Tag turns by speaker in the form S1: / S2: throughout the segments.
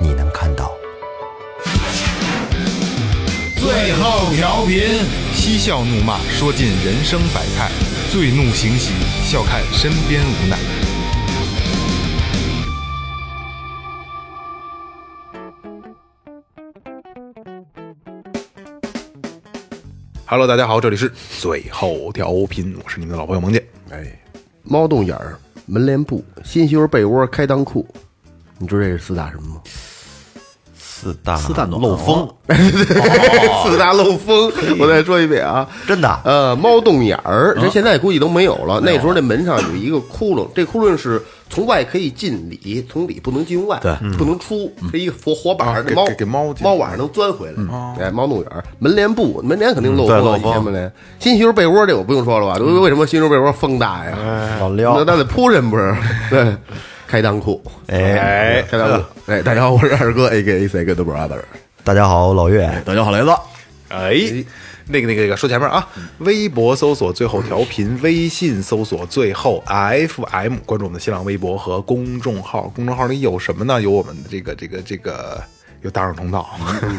S1: 你能看到。
S2: 最后调频，
S3: 嬉笑怒骂，说尽人生百态；醉怒行喜，笑看身边无奈。Hello，大家好，这里是最后调频，我是你们的老朋友萌姐。
S4: 哎，猫洞眼儿、门帘布、新修被窝、开裆裤，你知道这是四大什么吗？
S1: 四大
S5: 四大暖
S1: 漏风，
S4: 四大漏风，我再说一遍啊，
S1: 真的
S4: 呃，猫洞眼儿，这现在估计都没有了。那时候那门上有一个窟窿，这窟窿是从外可以进里，从里不能进外，
S1: 对
S4: 不能出，是一个活活板儿，
S3: 啊
S4: 那猫
S3: 给给猫进哦
S4: 猫晚上能钻回来。哎，猫洞眼儿，门帘布，门帘肯定漏
S1: 嗯对漏
S4: 风，以前
S1: 风
S4: 门帘。新修被窝这我不用说了吧？为什么新修被窝风大呀？
S1: 老
S4: 那
S1: 撩，
S4: 那得铺人不是？对，开裆裤，
S1: 哎
S4: 开裆裤，哎，大家好，我是二哥，A K A C 哥的 brother，
S1: 大家好，我老岳，
S5: 大家好，雷子，
S3: 哎，那个那个那个，说前面啊，微博搜索最后调频，微信搜索最后 FM，关注我们的新浪微博和公众号。公众号里有什么呢？有我们的这个这个这个。有打赏通道，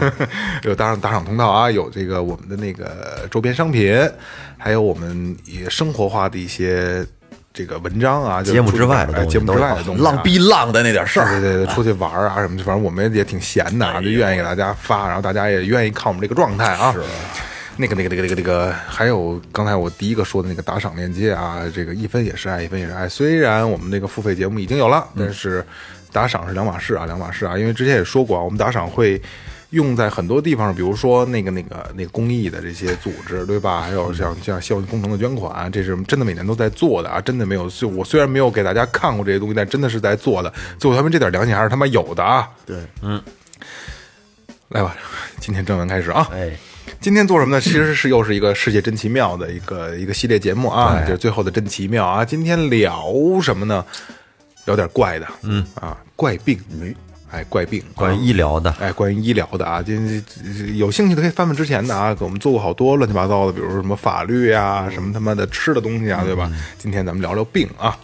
S3: 有打赏打赏通道啊，有这个我们的那个周边商品，还有我们也生活化的一些这个文章啊，就是
S1: 节目
S3: 出
S1: 之外的
S3: 哎
S1: 东西
S3: 节目之外的东西啊，
S5: 浪逼浪的那点事
S3: 对
S5: 儿，
S3: 对对，出去玩儿啊什么的，反正我们也挺闲的啊，就愿意给大家发，然后大家也愿意看我们这个状态啊。是。那个、那个、那个、那个、那个，还有刚才我第一个说的那个打赏链接啊，这个一分也是爱，一分也是爱。虽然我们那个付费节目已经有了，但是打赏是两码事啊，两码事啊。因为之前也说过啊，我们打赏会用在很多地方，比如说那个、那个、那个公益的这些组织，对吧？还有像像校运工程的捐款，啊这是真的每年都在做的啊，真的没有。就我虽然没有给大家看过这些东西，但真的是在做的。最后他们这点良心还是他妈有的啊！
S4: 对，
S3: 来吧，今天正文开始啊。
S1: 哎，
S3: 今天做什么呢？其实是又是一个世界真奇妙的一个一个系列节目啊，就是最后的真奇妙啊。今天聊什么呢？聊点怪的，嗯啊，怪病，哎，怪病，
S1: 关于医疗的，
S3: 哎，关于医疗的啊，这这有兴趣的可以翻翻之前的啊，给我们做过好多乱七八糟的，比如说什么法律啊，什么他妈的吃的东西啊，对吧？今天咱们聊聊病啊。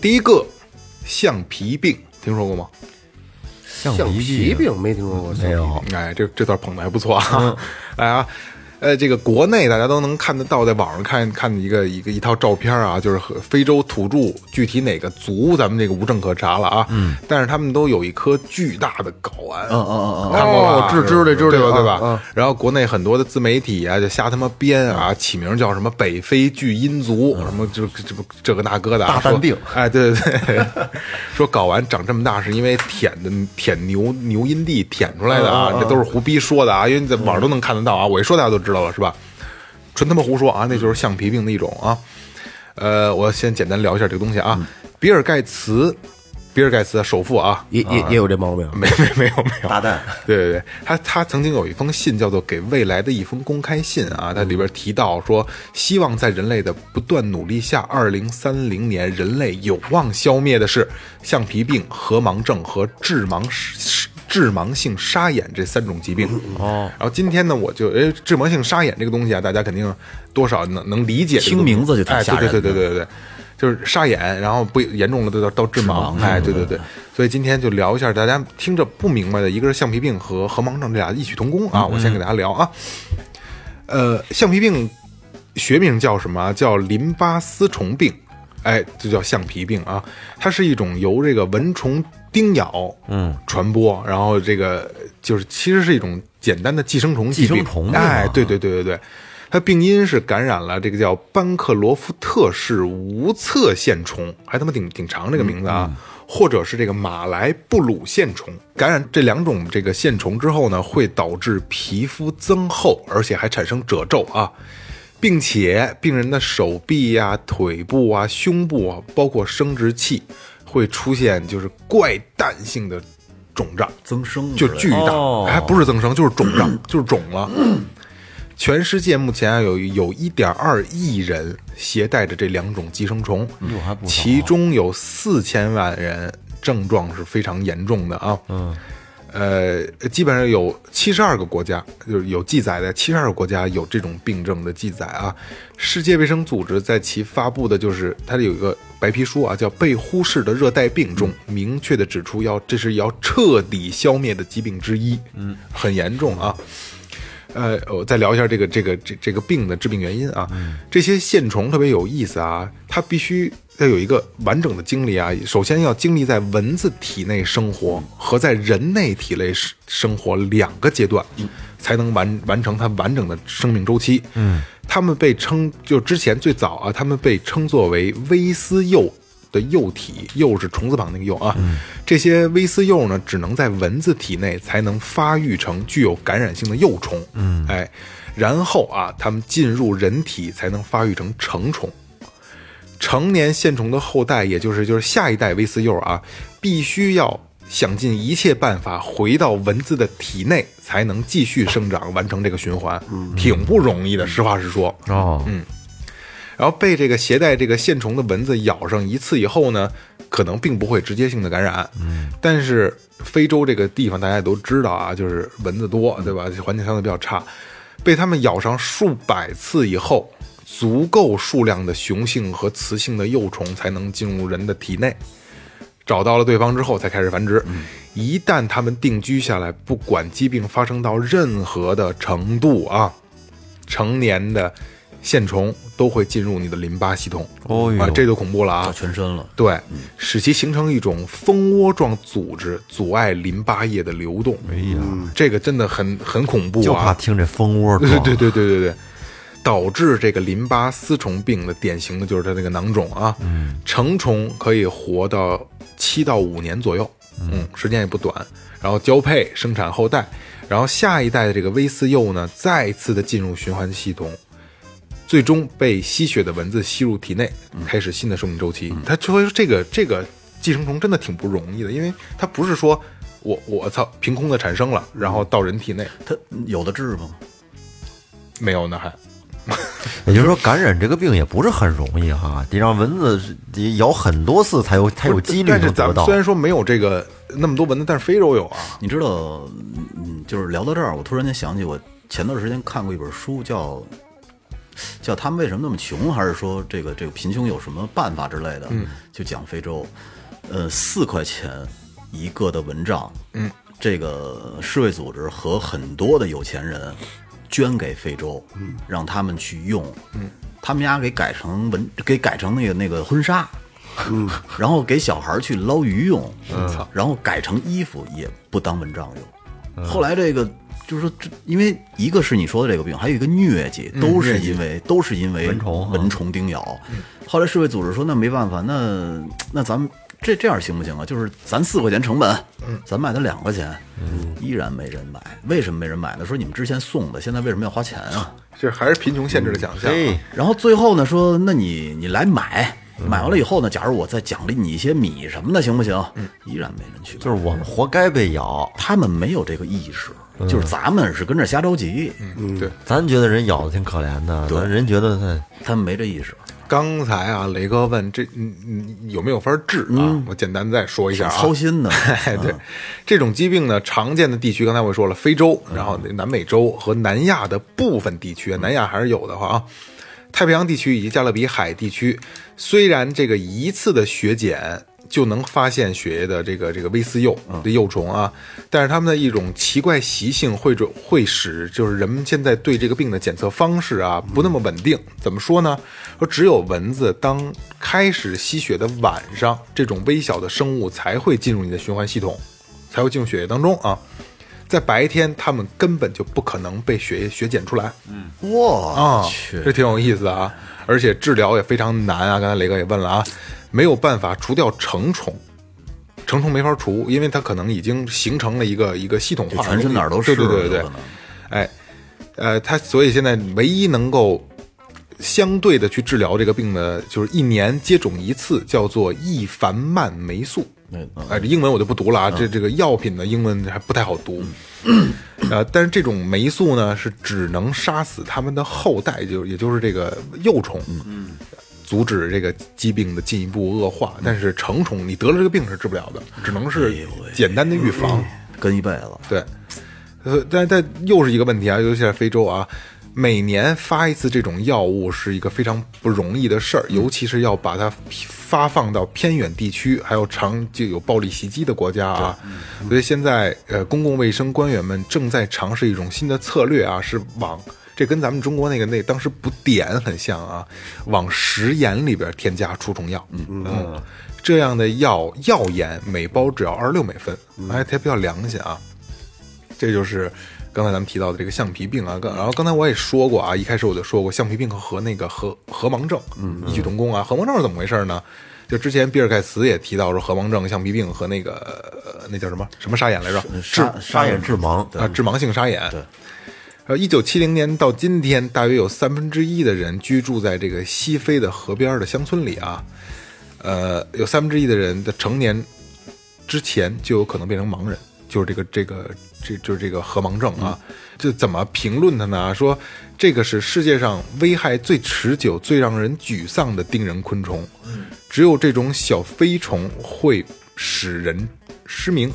S3: 第一个，橡皮病，听说过吗？
S1: 橡
S4: 橡皮
S1: 皮病，
S4: 病没啊听说过，
S1: 没有，
S3: 哎，这这段捧的还不错 啊！来啊，呃，这个国内大家都能看得到，在网上看看一个一个一套照片啊，就是和非洲土著，具体哪个族咱们这个无证可查了啊。嗯，但是他们都有一颗巨大的睾丸。嗯嗯嗯，看过吧？
S4: 哦知知道这知道这
S3: 对吧？
S4: 啊
S3: 对吧？
S4: 啊嗯
S3: 然后国内很多的自媒体啊，就瞎他妈编啊，起名叫什么北非巨阴族，什么这这不这个那个的啊，
S4: 大蛋
S3: 说
S4: 病
S3: 哎，对对对，说睾丸长这么大是因为舔的舔牛牛阴蒂舔出来的啊，
S4: 嗯
S3: 这都是胡逼说的啊，因为你在网上都能看得到啊，我一说大家都知道了是吧？纯他妈胡说啊，那就是橡皮病的一种啊。呃，我先简单聊一下这个东西
S4: 嗯
S3: 啊，比尔盖茨，比尔盖茨首富啊，
S4: 也也也有这毛病，
S3: 没没没有没有，
S1: 大蛋，
S3: 对对对，他他曾经有一封信叫做《给未来的一封公开信》啊，它里
S5: 嗯
S3: 边提到说，希望在人类的不断努力下，二零三零年人类有望消灭的是橡皮病、河盲症和致盲是致盲性沙眼这三种疾病。哦，然后今天呢，我就哎，致盲性沙眼这个东西啊，大家肯定多少能能理解这个东西。
S5: 听名字就挺
S3: 哎，
S5: 吓人的
S3: 对对对对对对。就是沙眼，然后不严重了都到到致盲，哎，对对对，所以今天就聊一下大家听着不明白的，一个是橡皮病和河盲症这俩异曲同工啊，我先给大家聊啊，呃，橡皮病学名叫什么啊？叫淋巴丝虫病，哎，就叫橡皮病啊。它是一种由这个蚊虫叮咬，嗯，传播，然后这个就是其实是一种简单的寄生虫疾
S1: 寄
S3: 病
S1: 生虫病啊
S3: 哎，对对对对对。它病因是感染了这个叫班克罗夫特氏无侧线虫，还他妈挺挺长这个名字
S1: 嗯
S3: 啊，或者是这个马来布鲁线虫。感染这两种这个线虫之后呢，会导致皮肤增厚，而且还产生褶皱啊。并且病人的手臂呀、腿部啊、胸部啊，包括生殖器，会出现就是怪诞性的肿胀，
S5: 增生
S3: 就
S5: 之类
S3: 巨
S5: 的
S3: 大，
S5: 哦
S3: 还哎不是增生，就是肿胀，就是肿了。全世界目前啊有有一点二亿人携带着这两种寄生虫，
S5: 还不少啊
S3: 其中有四千万人症状是非常严重的啊。嗯，呃，基本上有七十二个国家，就是有记载的，七十二个国家有这种病症的记载啊。世界卫生组织在其发布的就是它有一个白皮书啊，叫《被忽视的热带病》中，明确的指出要这是要彻底消灭的疾病之一，嗯，很严重啊。呃，我再聊一下这个这个这这个病的致病原因啊。这些线虫特别有意思啊，它必须要有一个完整的经历啊。首先要经历在蚊子体内生活和在人类体内生生活两个阶段，才能完完成它完整的生命周期。嗯，它们被称就之前最早啊，它们被称作为微丝幼的幼体，幼是虫字旁那个幼啊。这些微丝幼呢，只能在蚊子体内才能发育成具有感染性的幼虫。嗯，哎，然后啊，它们进入人体才能发育成成虫。成年线虫的后代，也就是就是下一代微丝幼啊，必须要想尽一切办法回到蚊子的体内，才能继续生长，完成这个循环，挺不容易的。实话实说，
S5: 哦，
S3: 然后被这个携带这个线虫的蚊子咬上一次以后呢，可能并不会直接性的感染。嗯，但是非洲这个地方大家也都知道啊，就是蚊子多，对吧？环境相对比较差，被它们咬上数百次以后，足够数量的雄性和雌性的幼虫才能进入人的体内。找到了对方之后才开始繁殖。
S5: 嗯
S3: 一旦它们定居下来，不管疾病发生到任何的程度啊，成年的线虫都会进入你的淋巴系统。
S5: 哦呦
S3: 啊，这就恐怖了
S5: 到
S3: 啊！
S5: 全身了，嗯
S3: 对，使其形成一种蜂窝状组织，阻碍淋巴液的流动。哎呀，
S1: 嗯
S3: 这个真的很很恐怖啊！
S1: 就怕听这蜂 窝
S3: 对
S1: 状。
S3: 对对对对对，导致这个淋巴丝虫病的典型的就是它那个囊肿啊，成虫可以活到七到五年左右，嗯，时间也不短，然后交配生产后代，然后下一代的这个微丝幼呢，再次的进入循环系统。最终被吸血的蚊子吸入体内，开始新的生命周期。它所以说这个这个寄生虫真的挺不容易的，因为它不是说我我操凭空的产生了，然后到人体内
S5: 它有的治吗？
S3: 没有呢还。
S1: 也就是说，感染这个病也不是很容易哈，得让蚊子是得咬很多次才有才有几率
S3: 但是
S1: 能
S3: 咱
S1: 得
S3: 们
S1: 到
S3: 虽。然说没有这个那么多蚊子，但是非洲有啊。
S5: 你知道，嗯，就是聊到这儿，我突然间想起，我前段时间看过一本书，叫叫他们为什么那么穷，还是说这个这个贫穷有什么办法之类的，就讲非洲，呃，四块钱一个的蚊帐，嗯，这个世卫组织和很多的有钱人捐给非洲，嗯，让他们去用，嗯，他们家给改成蚊，给改成那个那个婚纱。嗯，然后给小孩儿去捞鱼用，嗯，然后改成衣服也不当蚊帐用。后来这个就是说，这因为一个是你说的这个病，还有一个疟嗯疾，都是因为、都是因为蚊
S1: 虫哈
S5: 蚊虫嗯叮咬。后来世卫组织说，那没办法，那那咱们这这样行不行啊？就是咱四块钱成本，咱卖他两块钱，依然没人买。为什么没人买呢？说你们之前送的，现在为什么要花钱啊？
S3: 这还是贫穷限制了想象、
S1: 嗯哎
S3: 啊。
S5: 然后最后呢说，那你你来买，
S3: 嗯
S5: 买完了以后呢，假如我再奖励你一些米什么的，行不行？
S3: 嗯
S5: 依然没人去买，
S1: 就是我们活该被咬，
S5: 他们没有这个意识，就是咱们是跟着瞎着急，
S3: 嗯，对。
S1: 咱觉得人咬的挺可怜的，咱人觉得他
S5: 他们没这意识。
S3: 刚才啊，雷哥问这你你有没有法治啊？
S1: 嗯
S3: 我简单再说一下啊。
S5: 挺 操心的
S3: 哎，对，这种疾病呢，常见的地区，刚才我说了，非洲，然后
S1: 嗯
S3: 南美洲和南亚的部分地区，南亚还是有的话啊。太平洋地区以及加勒比海地区，虽然这个一次的血检就能发现血液的这个这个微丝幼
S1: 嗯
S3: 的幼虫啊，但是它们的一种奇怪习性会准会使就是人们现在对这个病的检测方式啊不那么稳定。怎么说呢？说只有蚊子当开始吸血的晚上，这种微小的生物才会进入你的循环系统，才会进入血液当中啊。在白天，它们根本就不可能被血液血检出来。
S5: 哇
S3: 啊，这挺有意思的啊，而且治疗也非常难啊。刚才雷哥也问了啊，没有办法除掉成虫，成虫没法除，因为它可能已经形成了一个一个系统化的东西，
S5: 就全身哪儿都是
S3: 对对对对
S5: 有
S3: 对
S5: 可能，
S3: 哎，呃，它所以现在唯一能够相对的去治疗这个病的，就是一年接种一次，叫做异凡曼霉素。
S5: 嗯嗯
S3: 哎，这英文我就不读了啊，这这个药品的英文还不太好读。 呃，但是这种霉素呢，是只能杀死它们的后代，就也就是这个幼虫，嗯，阻止这个疾病的进一步恶化。但是成虫，你得了这个病是治不了的，只能是简单的预防。
S5: 跟一辈子。
S3: 对，呃，但但又是一个问题啊，尤其在非洲啊，每年发一次这种药物是一个非常不容易的事儿，尤其是要把它发放到偏远地区，还有长就有暴力袭击的国家啊。所以现在呃，公共卫生官员们正在尝试一种新的策略啊，是往。这跟咱们中国那个那当时补碘很像啊，往食盐里边添加除虫药。嗯嗯，这样的药药盐每包只要二十六美分，哎，它比较良心啊。这就是刚才咱们提到的这个橡皮病啊。刚然后刚才我也说过啊，一开始我就说过，橡皮病和和那个核核盲症异曲同工啊。核盲症是怎么回事呢？就之前比尔盖茨也提到说，核盲症、橡皮病和那个呃那叫什么什么沙眼来着？
S5: 是
S1: 沙眼致盲，
S3: 啊，致盲性沙眼。对。呃，一九七零年到今天，大约有三分之一的人居住在这个西非的河边的乡村里啊。呃，有三分之一的人的成年之前就有可能变成盲人，就是这个这个这就是这个河盲症啊。
S5: 嗯
S3: 就怎么评论它呢？说这个是世界上危害最持久、最让人沮丧的叮人昆虫。
S5: 嗯
S3: 只有这种小飞虫会使人失明，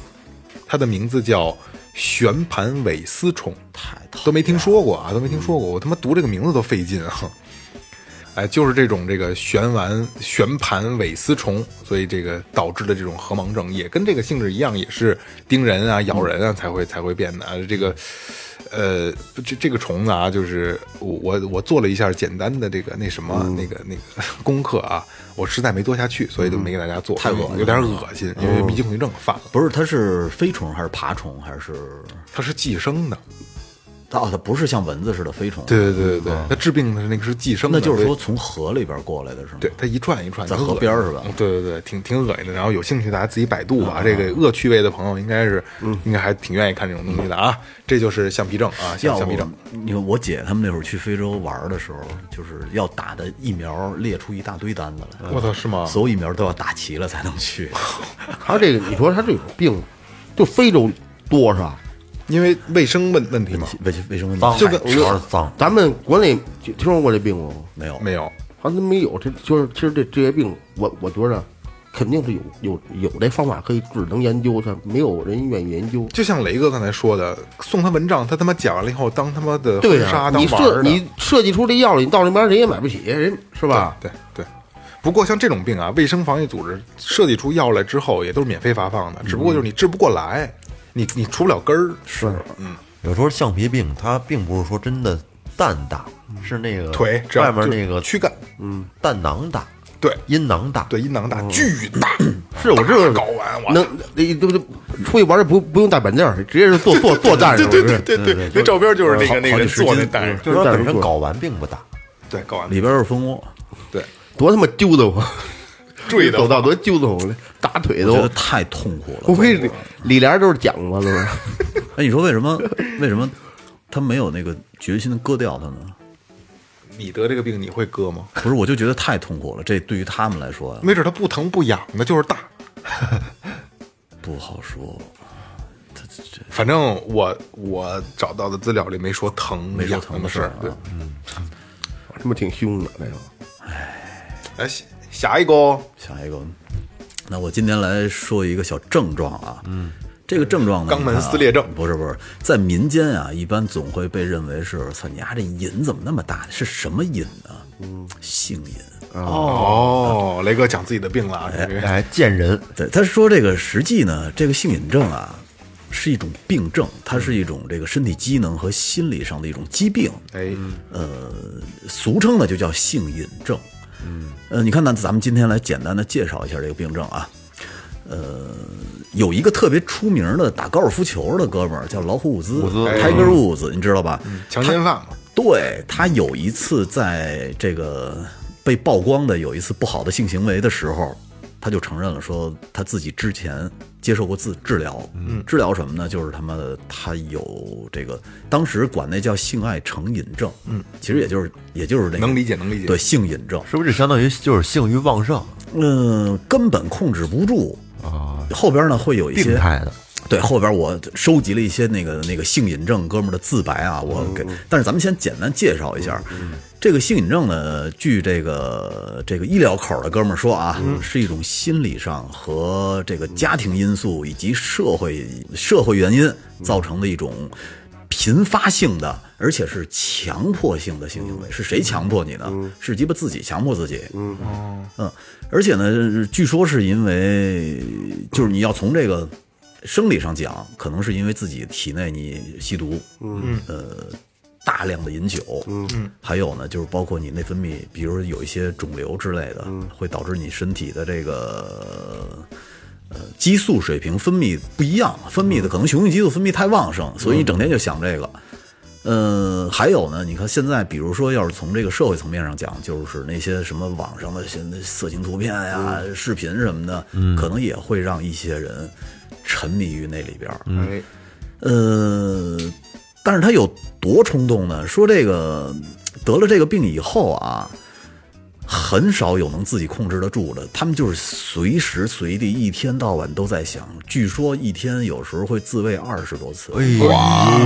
S3: 它的名字叫旋盘尾丝虫。
S5: 太讨
S3: 都没听说过啊，都没听说过，我他妈读这个名字都费劲啊。哎，就是这种这个旋丸旋盘尾丝虫，所以这个导致的这种河盲症也跟这个性质一样，也是叮人啊、咬人啊才会才会变的啊。这个呃，这这个虫子啊，就是我我我做了一下简单的这个那什么、
S5: 嗯
S3: 那个 那个功课啊，我实在没做下去，所以就没给大家做，
S5: 嗯太恶心了哦
S3: 有点恶心，因为鼻青恐惧症犯了，
S5: 不是，它是飞虫还是爬虫还是
S3: 它是寄生的。
S5: 它哦，它不是像蚊子似的飞虫，
S3: 对，对对对对，它治病的是那个是寄生的，
S5: 那就
S3: 所
S5: 是
S3: 以
S5: 说从河里边过来的是吗？
S3: 对，，它一串一串
S5: 在
S3: 挺
S5: 河
S3: 恶
S5: 边儿
S3: 心
S5: 是吧
S3: 的对对对，挺挺恶心的。然后有兴趣大家自己百度吧，这个恶趣味的朋友应该是，应该还挺愿意看这种东西的啊。这就是橡皮症啊，橡
S5: 要
S3: 橡皮症。
S5: 不你看我姐他们那会儿去非洲玩的时候，就是要打的疫苗列出一大堆单子来，
S1: 嗯
S3: 我操，是吗？
S5: 所有疫苗都要打齐了才 能去。
S4: 他这个，你说他这种病，就非洲多是吧？
S3: 因为卫生问问题嘛，
S5: 卫生卫生问
S1: 脏，
S5: 题
S4: 就跟
S1: 主要是脏。
S4: 咱们国内就听说过这病吗？
S5: 没有，
S3: 没有，
S4: 好像没有，这就是其实这这些病，我我觉着肯定是有有有这方法可以治，能研究，但没有人愿意研究。
S3: 就像雷哥刚才说的，送他蚊帐，他他妈讲完了以后当他妈的
S4: 对
S3: 婚
S4: 呀、
S3: 纱当
S4: 你
S3: 玩儿
S4: 设
S3: 的，
S4: 你设计出这药了，你到那边人也买不起，人是吧？
S3: 对对。不过像这种病啊，卫生防疫组织设计出药来之后，也都是免费发放的，只不过就是你治不过来，你你除不了根儿，是
S1: 有时候橡皮病它并不是说真的蛋大，是那个
S3: 嗯腿只要
S1: 外面
S3: 就是
S1: 那个
S3: 躯干，
S1: 嗯，蛋囊大，
S3: 对
S1: 阴囊大，
S3: 对，，阴囊大，巨大，
S4: 是我这个
S3: 大睾丸，嗯我
S4: 能那都都出去玩儿不不用带板凳儿，直接是坐坐坐站着。
S3: 对对对对对，那照片就是那个那个人坐那带
S1: 就是它本身睾丸并不大，
S3: 对，睾丸
S5: 里边是蜂窝，
S3: 对，
S4: 多他妈揪的我，
S3: 坠的
S4: 走道多揪的我，打腿
S1: 哎
S5: 我觉得
S4: 都。
S5: 太痛苦了。
S4: 不会李李莲都是讲吗？都是
S5: 哎，你说为什么？为什么他没有那个决心割掉它呢？
S3: 你得这个病你会割吗？
S5: 不是，我就觉得太痛苦了。这对于他们来说呀，啊
S3: 没准他不疼不痒的，就是大。
S5: 不好说。
S3: 反正我我找到的资料里没说疼没
S5: 说疼
S3: 的
S5: 的
S3: 事
S5: 事儿
S3: 儿
S5: 啊。
S3: 对，
S4: 他妈挺凶的那种。
S3: 哎，下下一个哦，
S5: 下一个，那我今天来说一个小症状啊，嗯，这个症状呢，
S3: 肛门
S5: 你看啊
S3: 撕裂症
S5: 不是不是，在民间啊，一般总会被认为是，操你丫这瘾怎么那么大？是什么瘾呢？嗯，性瘾。
S3: 哦，雷哥讲自己的病了啊，这个
S1: 哎，见人
S5: 对，他说这个实际呢，这个性瘾症啊，是一种病症，它是一种这个身体机能和心理上的一种疾病。
S3: 哎，
S5: 呃，俗称呢就叫性瘾症。嗯，呃，你看呢，咱们今天来简单的介绍一下这个病症啊。呃，有一个特别出名的打高尔夫球的哥们儿叫老虎伍兹，Tiger 嗯 Woods，你知道吧？
S3: 强奸犯嘛，
S5: 对他有一次在这个被曝光的有一次不好的性行为的时候，他就承认了，说他自己之前接受过治治疗，嗯，治疗什么呢？就是他妈的他有这个，当时管那叫性爱成瘾症，嗯，其实也就是也就是那个
S3: 能理解能理解
S5: 对性瘾症，呃
S1: 是不是就相当于就是性欲旺盛
S5: 嗯、根本控制不住。
S1: 啊？
S5: 后边呢会有一
S1: 并
S5: 些
S1: 排的，
S5: 对，后边我收集了一些那个那个性瘾症哥们儿的自白啊，我给，但是咱们先简单介绍一下，这个性瘾症呢，据这个这个医疗口的哥们儿说啊，是一种心理上和这个家庭因素以及社会社会原因造成的一种。频发性的，而且是强迫性的性行为，是谁强迫你呢？是鸡巴自己强迫自己。嗯而且呢，据说是因为就是你要从这个生理上讲，可能是因为自己体内你吸毒，嗯呃。大量的饮酒，嗯，还有呢，就是包括你内分泌，比如有一些肿瘤之类的，会导致你身体的这个呃激素水平分泌不一样，分泌的可能雄性激素分泌太旺盛，所以你整天就想这个。呃，还有呢，你看现在，比如说，要是从这个社会层面上讲，就是那些什么网上的现在色情图片呀、视频什么的，可能也会让一些人沉迷于那里边儿。
S3: 嗯
S4: 哎，
S5: 呃，但是他有多冲动呢？说这个得了这个病以后啊，很少有能自己控制得住的，他们就是随时随地一天到晚都在想。据说一天有时候会自慰二十多次，
S3: 哇，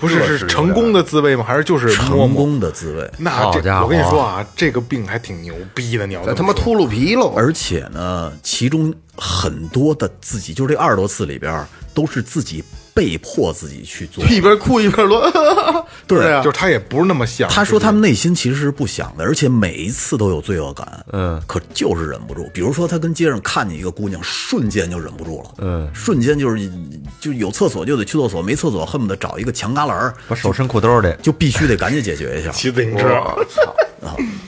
S3: 不是是成功的滋味吗？还是就是摸
S5: 成
S3: 摸？
S5: 功的自慰。
S3: 那
S1: 好家
S3: 这
S1: 伙
S3: 我跟你说啊，这个病还挺牛逼的，你要
S4: 咱
S3: 这
S4: 他妈
S3: 么说
S4: 秃噜皮喽！
S5: 而且呢，其中很多的自己，就是这二十多次里边儿，都是自己被迫自己去做。
S4: 一边哭一边乱，
S5: 对
S4: 啊
S3: 就是他也不是那么想。
S5: 他说
S3: 就是
S5: 他们内心其实是不想的，而且每一次都有罪恶感，
S1: 嗯，
S5: 可就是忍不住。比如说他跟街上看见一个姑娘，瞬间就忍不住了，
S1: 嗯，
S5: 瞬间就是就有厕所就得去厕所，没厕所恨不得找一个墙旮旯儿
S1: 把手伸裤兜里。
S5: 就必须得赶紧解决一下。
S3: 骑自行车，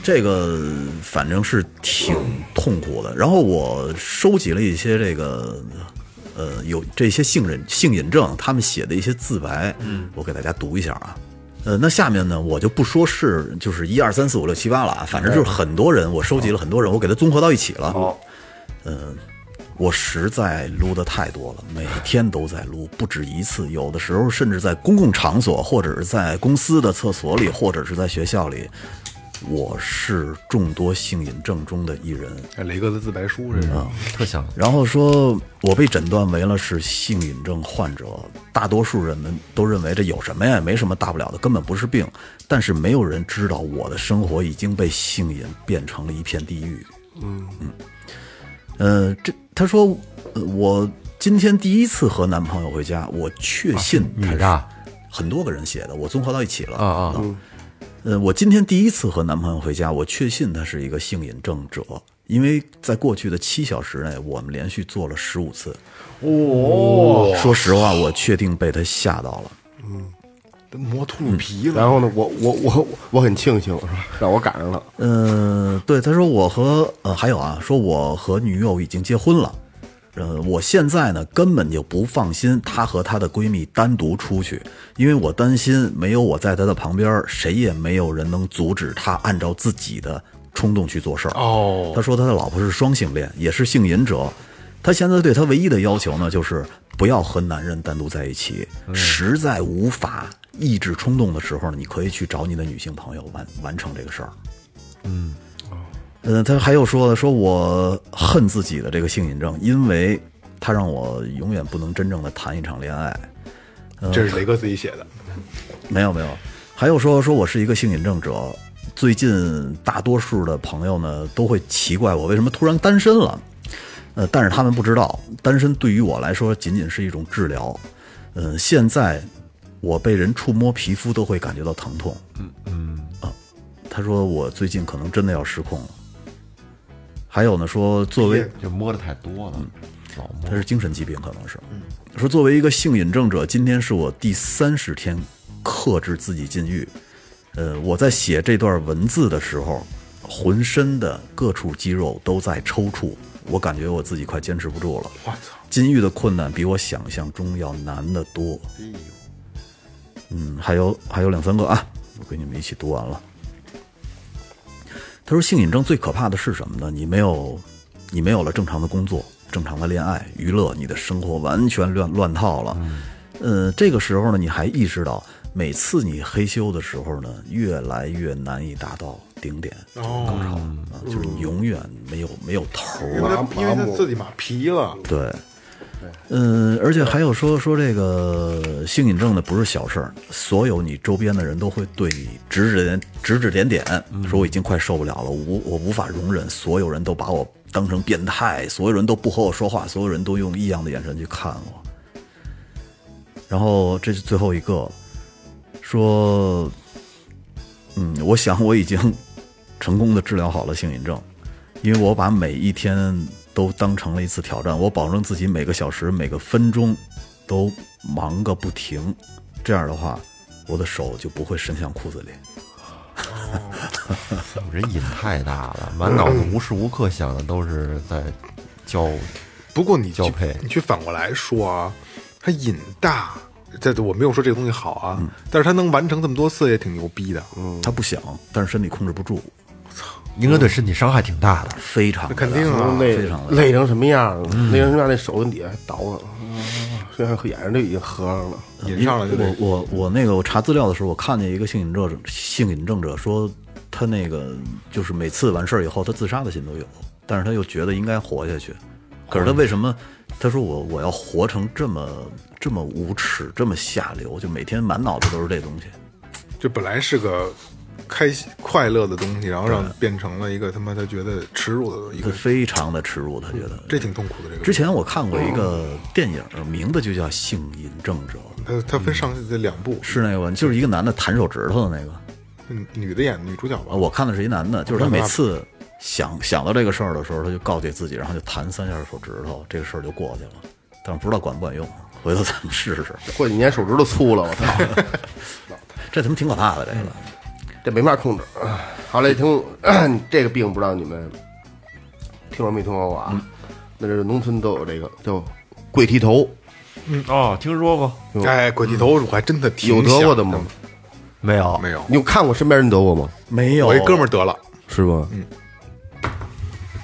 S5: 这个反正是挺痛苦的。然后我收集了一些这个，呃，有这些性人性瘾症他们写的一些自白，嗯，我给大家读一下啊。呃，那下面呢，我就不说是就是一二三四五六七八了啊，反正就是很多人，我收集了很多人，我给它综合到一起了。哦，嗯，我实在撸的太多了，每天都在撸，不止一次，有的时候甚至在公共场所，或者是在公司的厕所里，或者是在学校里，我是众多性瘾症中的一人。
S3: 哎雷哥的自白书这是。
S1: 嗯特想
S5: 然后说，我被诊断为了是性瘾症患者。大多数人们都认为这有什么呀，没什么大不了的，根本不是病。但是没有人知道我的生活已经被性瘾变成了一片地狱。嗯呃，这他说、呃我今天第一次和男朋友回家，我确信
S1: 女
S5: 他是
S1: 的啊
S5: 很多个人写的，我综合到一起了
S3: 嗯
S1: 啊啊
S5: 呃，我今天第一次和男朋友回家，我确信他是一个性瘾症者，因为在过去的七小时内，我们连续做了十五次。哦，说实话，我确定被他吓到了。
S3: 都磨秃噜皮了。
S4: 然后呢，我我我我很庆幸，是吧？让我赶上了。
S5: 呃，对，他说我和呃还有啊，说我和女友已经结婚了，呃，我现在呢根本就不放心她和她的闺蜜单独出去，因为我担心没有我在她的旁边，谁也没有人能阻止她按照自己的冲动去做事儿。
S3: 哦
S5: 他说他的老婆是双性恋，也是性瘾者。他现在对他唯一的要求呢，就是不要和男人单独在一起。实在无法抑制冲动的时候呢，你可以去找你的女性朋友完完成这个事儿。嗯，他还有说了，说我恨自己的这个性瘾症，因为他让我永远不能真正的谈一场恋爱。
S3: 这是雷哥自己写的，
S5: 没有没有，还有说说我是一个性瘾症者。最近大多数的朋友呢都会奇怪我为什么突然单身了，呃，但是他们不知道，单身对于我来说仅仅是一种治疗。嗯、现在我被人触摸皮肤都会感觉到疼痛。嗯嗯啊，他说我最近可能真的要失控了。还有呢，说作为
S1: 就摸的太多
S3: 嗯
S1: 了，老摸
S5: 他是精神疾病，可能是。说作为一个性瘾症者，今天是我第三十天克制自己禁欲。呃，我在写这段文字的时候，浑身的各处肌肉都在抽搐，我感觉我自己快坚持不住了。
S3: 我操！
S5: 禁欲的困难比我想象中要难得多。嗯，还有还有两三个啊，我给你们一起读完了。他说，性瘾症最可怕的是什么呢？你没有，你没有了正常的工作、正常的恋爱、娱乐，你的生活完全乱乱套了。呃，这个时候呢，你还意识到，每次你嘿咻的时候呢，越来越难以达到顶点，
S3: 哦，
S5: 啊，就是你永远没有没有头儿。
S3: 因为他因为他自己马皮了，
S5: 对，嗯，而且还有说说这个性瘾症的不是小事儿，所有你周边的人都会对你指指点指指点点，说我已经快受不了了，无我无法容忍，所有人都把我当成变态，所有人都不和我说话，所有人都用异样的眼神去看我。然后这是最后一个，说，嗯，我想我已经成功的治疗好了性瘾症，因为我把每一天都当成了一次挑战，我保证自己每个小时、每个分钟都忙个不停，这样的话，我的手就不会伸向裤子里。
S1: 我这瘾太大了，满脑子无时无刻想的都是在交
S3: 不过你去
S1: 交配
S3: 你去反过来说啊，他瘾大，这我没有说这个东西好啊，但是他能完成这么多次也挺牛逼的。嗯，
S5: 他不想，但是身体控制不住，
S1: 应该对身体伤害挺大的。
S5: 非常
S3: 肯定
S5: 的
S3: 啊，
S5: 非常的
S4: 累嗯成什么样了？累成什么样？那手跟底下还倒了，虽然眼睛都已经合上了。
S3: 瘾上了就得
S5: 我我我那个我查资料的时候，我看见一个性瘾症者性瘾症者说，他那个就是每次完事儿以后，他自杀的心都有，但是他又觉得应该活下去，可是他为什么？他说我我要活成这么这么无耻，这么下流，就每天满脑子都是这东西。
S3: 这本来是个开心快乐的东西，然后让变成了一个他妈他觉得耻辱的一
S5: 他
S3: 个，
S5: 非常的耻辱，他觉得。
S3: 这挺痛苦的这个。
S5: 之前我看过一个电影，名字就叫《性瘾症者
S3: 他他分上下两部，》，
S5: 是那个就是一个男的弹手指头的那个。
S3: 嗯女的演女主角吧
S5: 啊，？我看的是一男的，就是他每次想想到这个事儿的时候，他就告诫自己，然后就弹三下手指头，这个事儿就过去了。但是不知道管不管用，回头咱们试试。
S4: 过几年手指头粗了，我操，
S5: 这他妈挺可怕的，这个。
S4: 这没法控制。啊好嘞，听 这个病不知道你们听说没听说过啊？那是农村都有这个叫跪剃头，
S1: 嗯哦，听说过
S3: 哎，鬼剃头我还真的挺
S4: 有得过的
S3: 想
S4: 吗？
S1: 没有？
S3: 没有，
S4: 你有看过身边人得过吗？
S5: 没有
S3: 我一哥们儿得了，
S4: 是吗？嗯，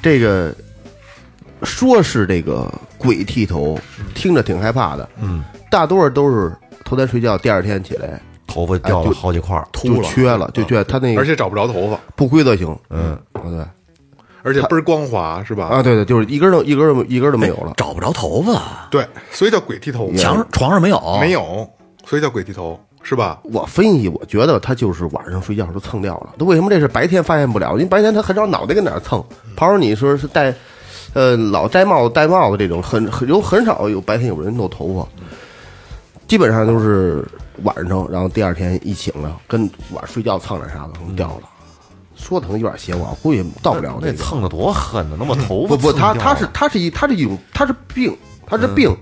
S4: 这个说是这个鬼剃头，听着挺害怕的。嗯，大多数都是头天睡觉，第二天起来
S1: 头发掉了好几块儿，
S4: 就缺了，啊就缺他那
S3: 而
S4: 个
S3: 且找不着头发，
S4: 不规则型。嗯，啊对
S3: 而且倍儿光滑，是吧？
S4: 啊对对，就是一根儿都一根儿都一根儿都没有了。
S5: 找不着头发，
S3: 对，所以叫鬼剃头，
S5: 墙上床上没有，
S3: 没有，所以叫鬼剃头，是吧？
S4: 我分析，我觉得他就是晚上睡觉时候蹭掉了。他为什么这是白天发现不了？因为白天他很少脑袋跟哪儿蹭。刨说你说是戴，呃，老摘帽子戴帽子这种，很很有很少有白天有人露头发，基本上都是晚上，然后第二天一醒了，跟晚上睡觉蹭点啥的可能掉了。说的可能有点邪乎，我估计哎到不了
S1: 那
S4: 这个。嗯
S1: 蹭的多狠呢，那么头发啊
S4: 不不，
S1: 蹭掉
S4: 他
S1: 了嗯
S4: 他是他是一他是一种他是病，他是病，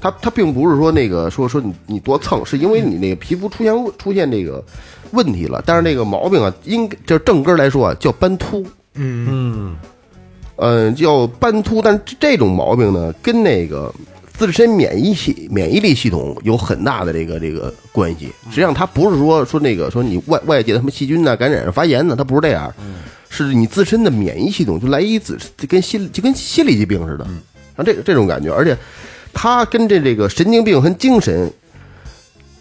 S4: 他他并不是说那个说说你你多蹭，是因为你那个皮肤出现出现这个问题了。但是那个毛病啊，应该就正根儿来说啊，叫斑秃，
S1: 嗯
S4: 嗯、叫斑秃。但这这种毛病呢，跟那个自身免疫系免疫力系统有很大的这个这个关系。实际上，它不是说说那个说你外外界的什么细菌呐、感染、发炎呐、它不是这样，是你自身的免疫系统就来一子就跟心就跟心理疾病似的，像这这种感觉，而且它跟这这个神经病和精神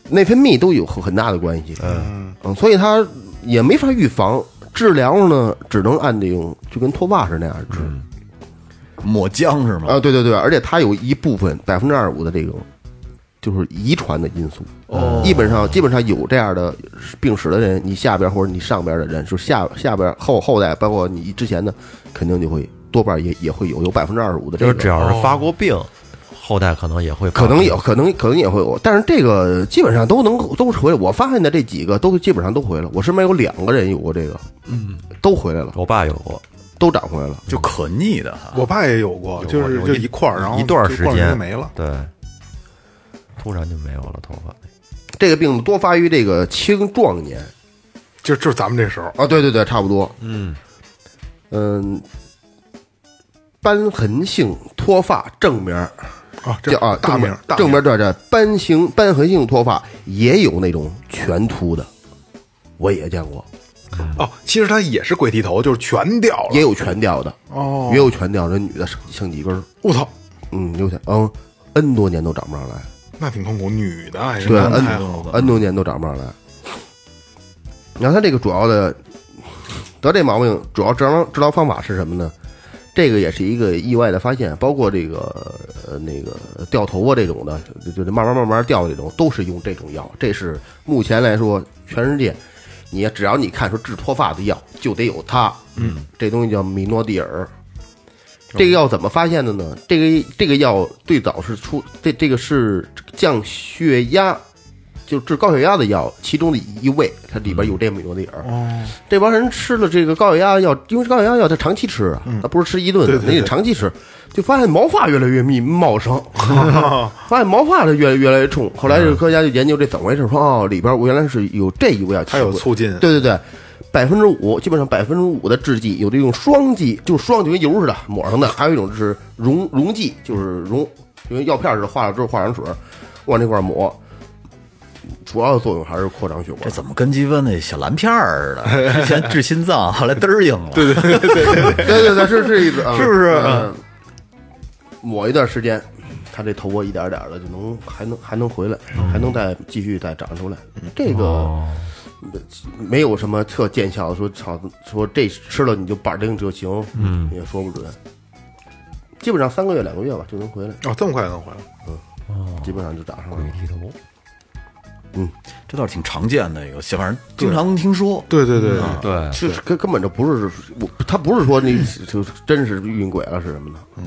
S4: 内分泌都有很很大的关系，嗯所以它也没法预防。治疗呢，只能按这种就跟脱发似的那样治，
S5: 抹姜是吗？
S4: 啊，对对对，而且它有一部分百分之二五的这种，就是遗传的因素。哦，基本上基本上有这样的病史的人，你下边或者你上边的人，就是下下边后后代，包括你之前的，肯定就会多半也也会有有百分之二十五的这
S1: 就
S4: 个。哦
S1: 是只要是发过病，后代可能也会发
S4: 可能
S1: 病
S4: 有，可能可能也会有，但是这个基本上都能都是回来。我发现的这几个都基本上都回来。我身边有两个人有过这个，嗯，都回来了，
S1: 我爸有过，
S4: 都长回来了。
S5: 就可逆的哈。
S3: 我爸也有过，就是
S1: 有
S3: 就一块儿，然后
S1: 一段
S3: 就
S1: 时
S3: 一块儿
S1: 间
S3: 就没了。
S1: 对，突然就没有了头发。
S4: 这个病多发于这个青壮年，
S3: 就就咱们这时候，
S4: 啊，对对对，差不多。
S1: 嗯
S4: 嗯，斑痕性脱发正名儿
S3: 啊，这
S4: 叫啊，
S3: 大名
S4: 名
S3: 大
S4: 正名儿叫这斑形斑痕性脱发，也有那种全秃的，我也见过，
S3: 哦，其实他也是鬼剃头，就是全掉了。
S4: 也有全掉的，
S3: 哦
S4: 也有全掉的，这女的剩剩几根儿，
S3: 我操，
S4: 嗯，有点嗯，n 多年都长不上来，
S3: 那挺痛苦，女的还是
S4: 对
S3: 男
S4: 嗯
S3: 的
S4: ，n
S3: 还好
S5: 哦
S4: n 多年都长不上来。然后他这个主要的得这毛病，主要治疗治疗方法是什么呢？这个也是一个意外的发现，包括这个呃那个掉头发这种的，就就就慢慢慢慢掉的这种，都是用这种药。这是目前来说，全世界，你只要你看说治脱发的药，就得有它。嗯，这东西叫米诺地尔。这个药怎么发现的呢？这个这个药最早是出这这个是降血压，就是治高血压的药，其中的一味，它里边有这米诺地尔。
S3: 哦
S4: 这帮人吃了这个高血压药，因为高血压药它长期吃啊，
S3: 嗯
S4: 它不是吃一顿的，那得长期吃，就发现毛发越来越密茂 盛，发现毛发它越来越来越冲。后来这个科学家就研究这怎么回事，说哦，里边我原来是有这一味药，
S3: 它有促进
S4: 对对对。百分之五，基本上百分之五的制剂，有这种霜剂，就是霜就跟油似的抹上的，还有一种就是溶溶剂，就是溶，就跟药片似的，化了之后化成水，往那块儿抹，主要作用还是扩张血管
S5: 这。怎么跟鸡巴那小蓝片儿似 的？之前治心脏，后来嘚儿硬了。对对，
S4: 对对对，是是意思 啊，
S5: 是不是
S4: 嗯抹一段时间，他这头发一点儿点的就能还能还能回来，还能再继续再长出来。
S5: 嗯
S4: 这个。
S5: 哦
S4: 没有什么特见效的，说操，说这吃了你就板定就行，嗯，也说不准。基本上三个月、两个月吧就能回来，
S3: 哦，这么快能回来？
S5: 哦
S4: 基本上就长上了。
S1: 剃头，
S5: 这倒是挺常见的一个，反正经常能听说。
S3: 对对对，
S4: 嗯
S3: 对
S1: 对，
S4: 就是根根本就不是，我他不是说你就真是运鬼了是什么的，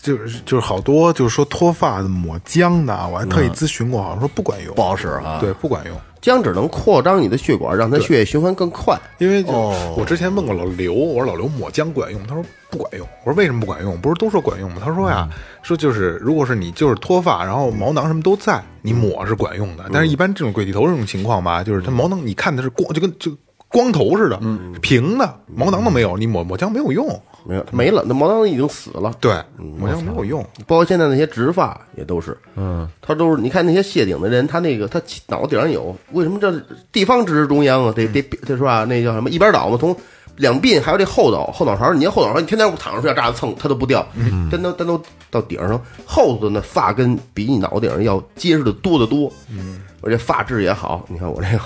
S3: 就是就是好多就是说脱发的抹姜的啊，我还特意咨询过，好像说不管用，
S5: 嗯不好使啊
S3: 对，不管用。
S4: 姜只能扩张你的血管，让它血液循环更快。
S3: 因为就
S5: 哦
S3: 我之前问过老刘，我说老刘抹姜管用，他说不管用。我说为什么不管用？不是都说管用吗？他说
S5: 嗯
S3: 呀，说就是如果是你就是脱发，然后毛囊什么都在，
S5: 嗯
S3: 你抹是管用的。但是一般这种鬼剃头这种情况吧，就是他毛囊你看的是光，就跟就光头似的，
S5: 嗯
S3: 平的，毛囊都没有，你抹抹姜没有用。
S4: 没有，没了，那毛囊已经死了。
S3: 对，
S5: 嗯
S3: 抹姜没有用。
S4: 包括现在那些植发也都是，嗯，他都是你看那些谢顶的人，他那个他起脑顶上有，为什么这地方支持中央啊？得得得是吧？那叫什么一边倒嘛，从两鬓还有这后脑后脑勺，你看后脑勺，你天天躺着睡觉炸着蹭，它都不掉，但都但都到顶上，后头的那发根比你脑顶上要结实的多得多，嗯，而且发质也好，你看我这个，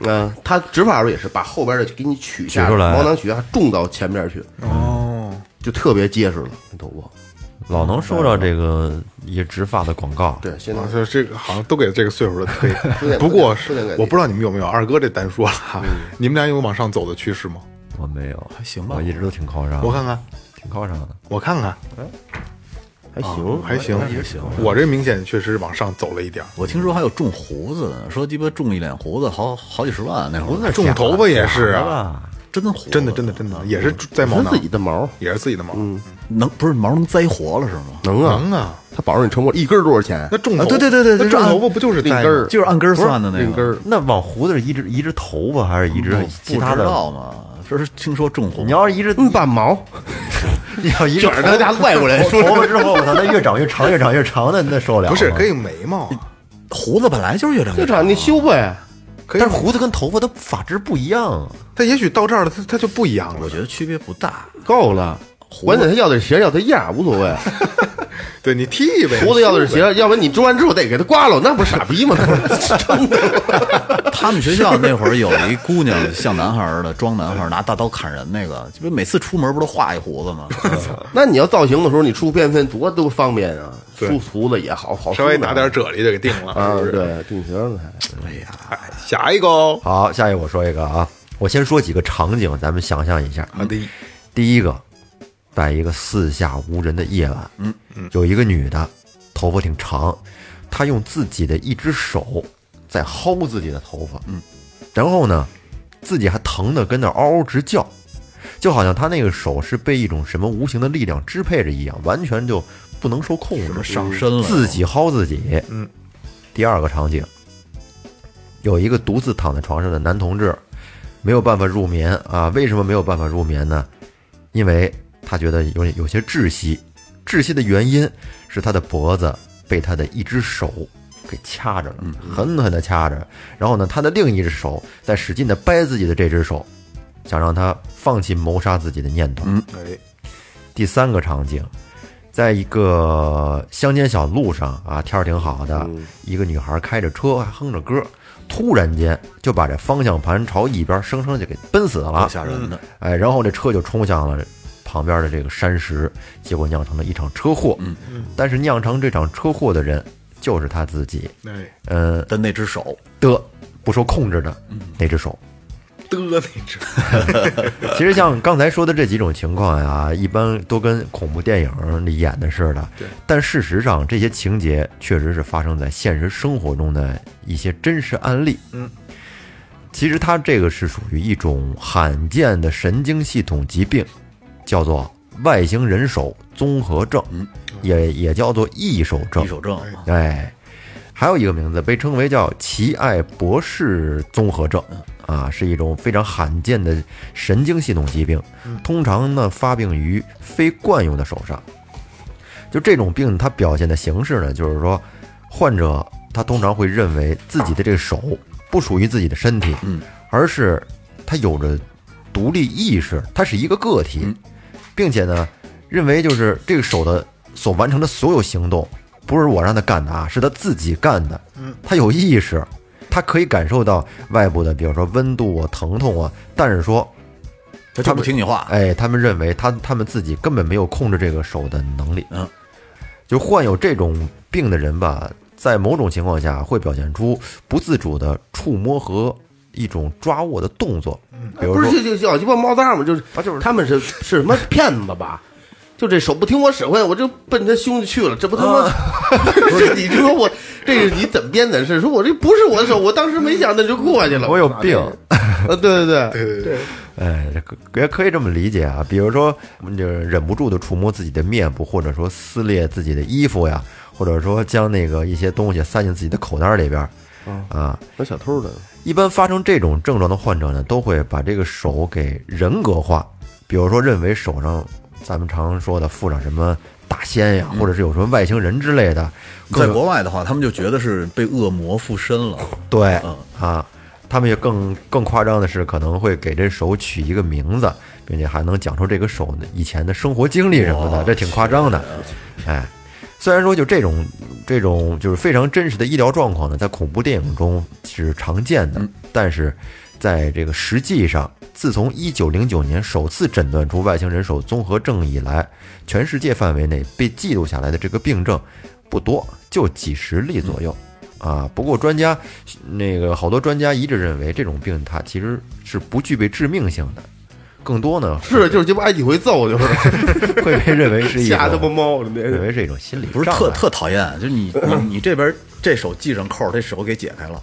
S4: 嗯，他植发的时候也是把后边的给你取下
S1: 取出来
S4: 毛囊取下种到前边去，
S3: 哦，
S4: 就特别结实了，那头发。
S1: 老能收到这个一植发的广告，
S4: 对，现在
S3: 啊，就是这个好像都给这个岁数的推
S4: 点。
S3: 不过是
S4: 有点感觉
S3: 我不知道你们有没有二哥这单说了哈，你们俩有往上走的趋势吗？
S1: 我没有，还
S5: 行吧
S1: 我一直都挺靠上，
S3: 我看看，
S1: 挺靠上的，
S3: 我看看，
S4: 还行，
S3: 哦还行，
S5: 也行。
S3: 我这明显确实往上走了一点儿，
S5: 我听说还有种胡子的，说鸡巴种一脸胡子好好几十万那胡子
S3: 种头发也是啊，
S1: 啊，
S5: 真胡子，
S3: 真的真的真的也是在毛
S4: 是
S3: 囊
S4: 自，己的毛，
S3: 也是自己的毛，
S5: 能不是毛能栽活了是吗？
S4: 能啊，
S3: 能啊，
S4: 他保证你成不了一根儿多少钱
S3: 那？ 种
S5: 啊
S3: 头
S5: 对对对对
S3: 那
S5: 就是
S3: 种
S5: 按
S3: 头发不就是
S4: 另
S3: 栽
S4: 根儿
S3: 吗
S5: 就是按根儿算的那
S4: 另
S5: 个嗯
S4: 根儿，
S1: 那往胡子是移植移植头发还是移植
S5: 不
S1: 其
S5: 知
S1: 他的？
S5: 道嘛？这是听说种胡
S1: 你
S5: 子，
S1: 要是移植，
S4: 嗯，半毛，
S1: 你要移植
S4: 卷
S1: 头
S4: 着他家外国 人
S1: 头
S4: 说
S1: 头发之后，我操，那越长越长，越长越长的，那受不了吗。
S3: 不是可以眉毛啊，
S5: 胡子本来就是越长
S4: 就
S5: 越
S4: 长
S5: 长
S4: 你。修呗，
S3: 可以
S1: 但是胡子跟头发的发质不一样啊，
S3: 但也许到这儿了，它它就不一样了。
S5: 我觉得区别不大，
S4: 够了。关键他要的是鞋，要他样无所谓。
S3: 对你剃呗，
S4: 胡子要的是鞋，要不然你做完之后得给他刮了，那不是傻逼吗？ 真的。
S5: 他们学校那会儿有一姑娘像男孩儿的，装男孩儿拿大刀砍人那个，就每次出门不都画一胡子 吗？
S4: 那你要造型的时候，你梳边分多多方便啊，
S3: 对
S4: 梳胡子也好好梳呢，
S3: 稍微拿点啫喱就给定
S4: 啊
S3: 了，，是不是？
S4: 对，定型了还。
S3: 哎下一个哦，
S1: 好，下一个我说一个啊，我先说几个场景，咱们想象一下。
S3: 好的，
S1: 第一个，在一个四下无人的夜晚，嗯嗯，有一个女的，头发挺长，她用自己的一只手在薅自己的头发，嗯，然后呢，自己还疼得跟那儿嗷嗷直叫，就好像她那个手是被一种什么无形的力量支配着一样，完全就不能受控制，
S5: 上身了，
S1: 自己薅自己。嗯，第二个场景，有一个独自躺在床上的男同志，没有办法入眠啊。为什么没有办法入眠呢？因为他觉得有有些窒息，窒息的原因是他的脖子被他的一只手给掐着了，狠狠的掐着。然后呢，他的另一只手在使劲的掰自己的这只手，想让他放弃谋杀自己的念头。
S3: 哎，
S1: 第三个场景，在一个乡间小路上啊，天儿挺好的，一个女孩开着车还哼着歌，突然间就把这方向盘朝一边生生就给奔死
S5: 够
S1: 了，
S5: 吓人的。
S1: 哎，然后这车就冲向了旁边的这个山石，结果酿成了一场车祸。嗯嗯，但是酿成这场车祸的人就是他自己，
S3: 哎，
S1: 嗯
S5: 的那只手，
S1: 的不受控制的那只手。
S3: 的那只，
S1: 其实像刚才说的这几种情况呀，一般都跟恐怖电影里演的似的。
S3: 对，
S1: 但事实上这些情节确实是发生在现实生活中的一些真实案例。
S3: 嗯，
S1: 其实它这个是属于一种罕见的神经系统疾病，叫做外星人手综合症，
S3: 嗯
S1: 也也叫做异手症
S5: 一。手症啊，
S1: 哎，还有一个名字被称为叫奇艾博士综合症啊，是一种非常罕见的神经系统疾病，通常呢发病于非惯用的手上。就这种病，它表现的形式呢，就是说，患者他通常会认为自己的这个手不属于自己的身体，嗯，而是他有着独立意识，他是一个个体，并且呢，认为就是这个手的所完成的所有行动，不是我让他干的啊，是他自己干的。嗯，他有意识，他可以感受到外部的，比如说温度啊、疼痛啊，但是说，
S5: 他就不听你话，
S1: 哎，他们认为他他们自己根本没有控制这个手的能力。
S5: 嗯，
S1: 就患有这种病的人吧，在某种情况下会表现出不自主的触摸和一种抓握的动作。嗯，比如
S4: 不
S1: 说
S4: 是就就小鸡巴猫蛋儿吗？就是
S1: 啊就是
S4: 他们是是什么骗子吧？就这手不听我使唤，我就奔他胸去了，这不他
S1: 啊
S4: 妈这你说我这是你怎么编的？是说我这不是我的手，我当时没想那就过去了。
S1: 我有
S4: 操
S1: 病，
S4: 这呃，啊对对对，
S1: 哎，这可也可以这么理解啊。比如说，就是忍不住的触摸自己的面部，或者说撕裂自己的衣服呀，或者说将那个一些东西塞进自己的口袋里边儿啊。
S4: 有小偷的，
S1: 一般发生这种症状的患者呢，都会把这个手给人格化，比如说认为手上咱们常说的附上什么大仙
S4: 嗯
S1: 呀，或者是有什么外星人之类的，
S5: 在
S1: 更
S5: 国外的话，他们就觉得是被恶魔附身了，
S1: 对啊，他们也更更夸张的是，可能会给这手取一个名字，并且还能讲出这个手以前的生活经历什么的，这挺夸张的。哎，虽然说就这种这种就是非常真实的医疗状况呢，在恐怖电影中是常见
S5: 嗯
S1: 的，但是在这个实际上，自从一九零九年首次诊断出外星人手综合症以来，全世界范围内被记录下来的这个病症不多，就几十例左右。
S5: 嗯
S1: 啊，不过专家那个好多专家一致认为，这种病它其实是不具备致命性的，更多呢
S4: 是就是鸡巴挨几回 揍就是
S1: 哎会被认为是一种
S4: 吓他妈猫了，
S1: 认
S4: 那
S1: 为是一种心理
S5: 不是
S1: 障
S5: 特
S1: 碍
S5: 特讨厌，就是你你你这边这手系上扣，这手给解开了，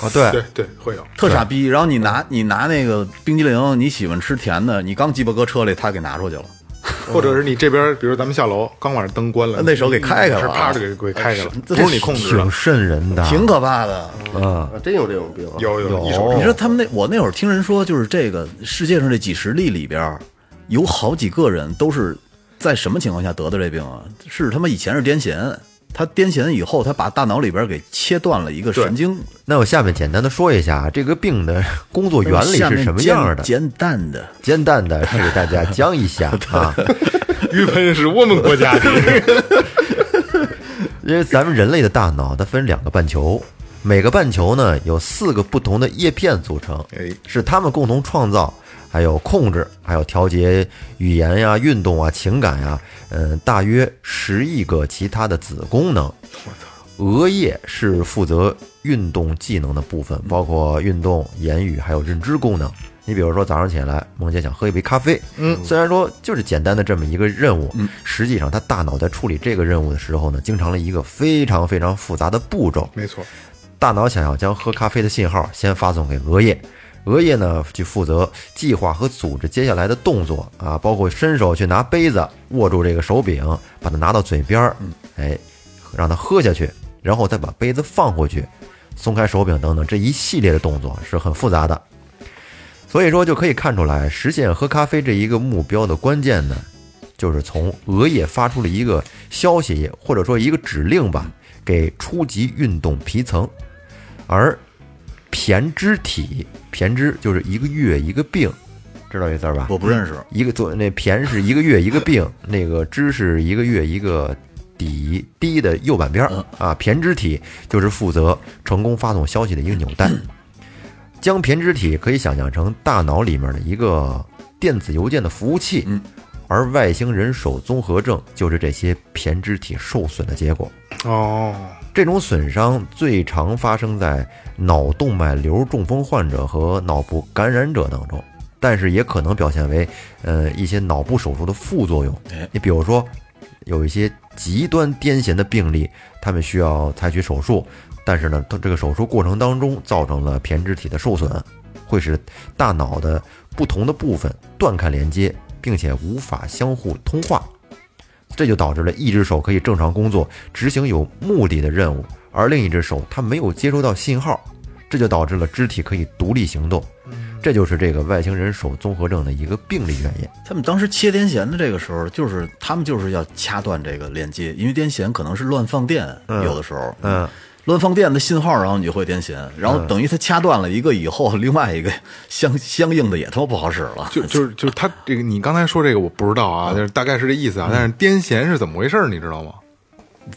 S1: 啊，对
S3: 对对，会有，
S5: 特傻逼。然后你拿你拿那个冰激凌，你喜欢吃甜的，你刚鸡巴搁车里，他给拿出去了，
S3: 或者是你这边，比如咱们下楼，刚把灯关了，
S5: 那手给开开了
S3: 是
S5: 啊
S3: 啪就给给开开了，不
S5: 这
S3: 是你控制
S1: 挺
S3: 的，
S1: 瘆人的，
S5: 挺可怕的。
S1: 啊，
S4: 真有这种病啊，
S3: 有有一手
S1: 有
S5: 你说他们那我那会儿听人说，就是这个世界上这几十例里边儿，有好几个人都是在什么情况下得的这病啊？是他妈以前是癫痫，他癫痫以后，他把大脑里边给切断了一个神经
S1: 那我下面简单的说一下这个病的工作原理是什么样的，
S5: 下面煎蛋的，
S1: 简单的是给大家讲一下 啊，
S3: 鱼盆是我们国家 的，
S1: 因为咱们人类的大脑它分两个半球，每个半球呢有四个不同的叶片组成
S3: 哎，
S1: 是它们共同创造、还有控制、还有调节语言呀、运动啊、情感呀，嗯，大约十亿个其他的子功能。额叶是负责运动技能的部分，包括运动、言语还有认知功能。你比如说早上起来，梦姐想喝一杯咖啡，嗯，虽然说就是简单的这么一个任务，实际上他大脑在处理这个任务的时候呢，经常了一个非常非常复杂的步骤。
S3: 没错，
S1: 大脑想要将喝咖啡的信号先发送给额叶，额叶呢去负责计划和组织接下来的动作啊，包括伸手去拿杯子，握住这个手柄，把它拿到嘴边儿，哎，让它喝下去，然后再把杯子放回去，松开手柄等等，这一系列的动作是很复杂的。所以说，就可以看出来，实现喝咖啡这一个目标的关键呢，就是从额叶发出了一个消息，或者说一个指令吧，给初级运动皮层。而胼胝体，胼胝就是一个月一个病，知道这字儿吧？
S5: 我不认识。
S1: 一个左那胼是一个月一个病，那个支是一个月一个底低的右半边儿啊。胼胝体就是负责成功发送消息的一个纽带。将胼胝体可以想象成大脑里面的一个电子邮件的服务器，而外星人手综合症就是这些胼胝体受损的结果。
S3: 哦，
S1: 这种损伤最常发生在脑动脉瘤中风患者和脑部感染者当中，但是也可能表现为呃一些脑部手术的副作用
S5: 哎。
S1: 你比如说，有一些极端癫痫的病例，他们需要采取手术，但是呢，它这个手术过程当中造成了胼胝体的受损，会使大脑的不同的部分断开连接，并且无法相互通话。这就导致了一只手可以正常工作，执行有目的的任务，而另一只手它没有接收到信号，这就导致了肢体可以独立行动。这就是这个外星人手综合症的一个病理原因。
S5: 他们当时切癫痫的这个时候，就是他们就是要掐断这个链接，因为癫痫可能是乱放电，有的时候，
S1: 嗯，
S5: 乱放电的信号，然后你就会癫痫，然后等于他掐断了一个以后，另外一个相相应的也他妈不好使了。
S3: 就就是就是他这个，你刚才说这个我不知道
S5: 嗯
S3: 啊，但是大概是这意思啊。但是癫痫是怎么回事儿，你知道吗？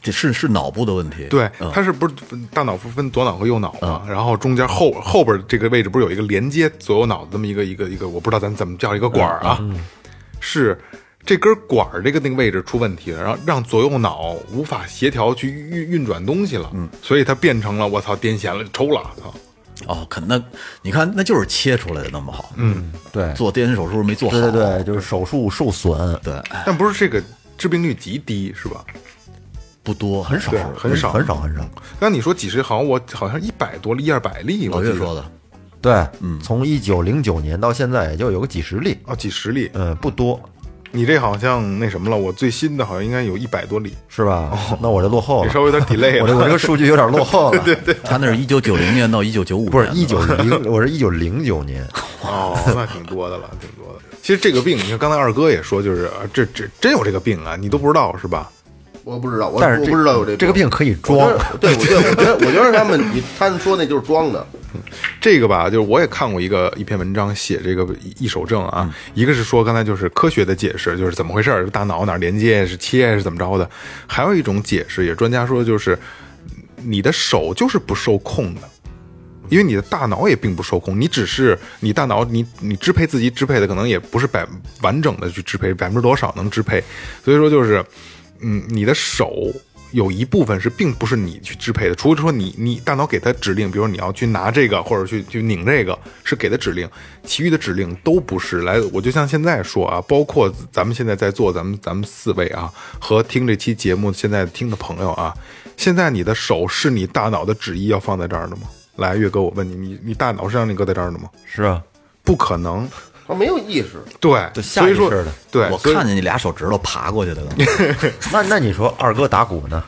S5: 这是是脑部的问题，
S3: 对，
S5: 嗯
S3: 它是不是大脑不分左脑和右脑嘛？然后中间后后边这个位置不是有一个连接左右脑的这么一个一个一个，我不知道咱们怎么叫一个管儿啊，
S5: 嗯
S3: 是这根管儿这个那个位置出问题了，然后让左右脑无法协调去运运转东西了，
S5: 嗯
S3: 所以它变成了我操癫痫了，抽了，啊操，
S5: 哦，可那你看那就是切出来的那么好，嗯，
S1: 对
S5: 做癫痫手术没做好，
S1: 对对对，就是手术受损，
S5: 对哎
S3: 但不是这个致病率极低是吧？
S5: 不多，
S1: 很少
S3: 对，很少
S1: 很少，很少。
S3: 刚你说几十行，我好像一百多例，一二百例，
S5: 老
S3: 我记
S5: 岳
S3: 得
S5: 说的，
S1: 对，从一九零九年到现在也就有个几十例，
S3: 哦，几十例，
S1: 呃，不多，
S3: 你这好像那什么了，我最新的好像应该有一百多例，
S1: 是吧？那我这落后
S5: 哦
S3: 你
S1: 了，
S3: 稍微有点 delay 了。
S1: 我这我这个数据有点落后了。对对，
S5: 他那是一九九零年到一九九五，
S1: 不是一九零，我是一九零九年。
S3: 哦，那挺多的了，挺多的。其实这个病，你看刚才二哥也说，就是啊这这真有这个病啊，你都不知道是吧？
S4: 我不知道，我
S1: 但是
S4: 我
S1: 这
S4: 不知道有这
S1: 这个病可以装
S4: 我觉，得对，我 对，我觉得，我觉得他们，你他们说那就是装的，
S3: 这个吧，就是我也看过一个一篇文章写这个易手症啊，一个是说刚才就是科学的解释，就是怎么回事儿，大脑哪儿连接是切是怎么着的，还有一种解释，也专家说就是你的手就是不受控的。因为你的大脑也并不受控，你只是你大脑你你支配自己支配的可能也不是百完整的去支配，百分之多少能支配，所以说就是，嗯，你的手有一部分是并不是你去支配的，除非说嗯你你大脑给它指令，比如说你要去拿这个或者去去拧这个是给的指令，其余的指令都不是来，我就像现在说啊，包括咱们现在在座咱们咱们四位啊和听这期节目现在听的朋友啊，现在你的手是你大脑的旨意要放在这儿的吗？来，岳哥，我问你，你你大脑是让你搁在这儿的吗？
S1: 是啊，
S3: 不可能，
S4: 他没有意识。
S3: 对，
S1: 对
S3: 所以说
S1: 下意识的，
S3: 对，
S5: 我
S3: 所以
S5: 看见你俩手指头爬过去的， 刚才
S1: 那那你说二哥打鼓呢？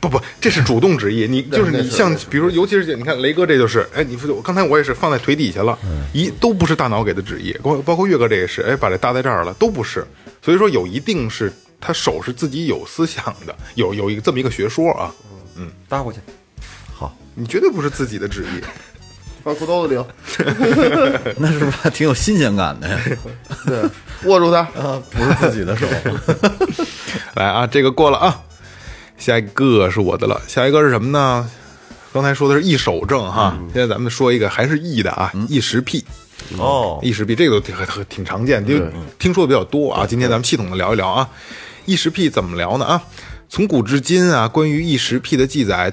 S3: 不不，这是主动旨意，你就是
S4: 那
S3: 你
S4: 是
S3: 像
S4: 那是，
S3: 比如尤其是你看雷哥，这就是，哎，你我刚才我也是放在腿底下了，一都不是大脑给的旨意，包包括岳哥这也是，哎，把这搭在这儿了，都不是，所以说有一定是他手是自己有思想的，有有一个这么一个学说啊，
S1: 搭过去。好，
S3: 你绝对不是自己的旨意，
S4: 放裤兜子里，
S5: 那是不是挺有新鲜感的呀？
S4: 对，握住它。
S5: 啊，不是自己的手，
S3: 来啊，这个过了啊，下一个是我的了，下一个是什么呢？刚才说的是易手症哈，现在咱们说一个还是易的啊，易食癖。
S1: 哦，
S3: 异食癖这个都挺挺挺常见，就听说的比较多啊。今天咱们系统的聊一聊啊，异食癖怎么聊呢啊？从古至今啊，关于异食癖的记载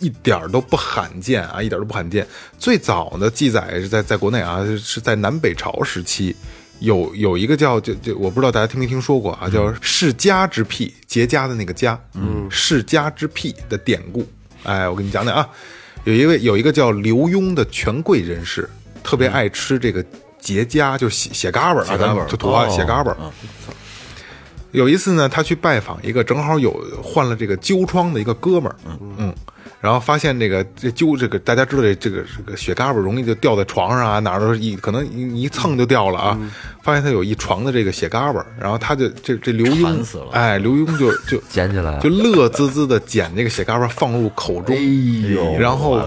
S3: 一点儿都不罕见啊，一点儿都不罕见。最早的记载是在在国内啊，是在南北朝时期。有有一个叫就就我不知道大家听没听说过啊，叫世家之癖，结痂的那个痂，嗯，世家之癖的典故。哎，我跟你讲讲啊，有一位有一个叫刘墉的权贵人士，特别爱吃这个结痂，就是血血嗯嘎巴儿啊，咱们土土话血嘎巴儿。有一次呢，他去拜访一个正好有患了这个灸疮的一个哥们儿，嗯，然后发现这个这灸这个大家知道这这个这个血嘎巴容易就掉在床上啊，哪儿都是一可能一一蹭就掉了啊，
S5: 嗯
S3: 发现他有一床的这个血嘎巴，然后他就这这刘墉
S5: 馋死了
S3: 哎，刘墉就就
S1: 捡起来
S3: 就乐滋滋的捡这个血嘎巴放入口中，
S5: 哎
S1: 哎
S3: 然后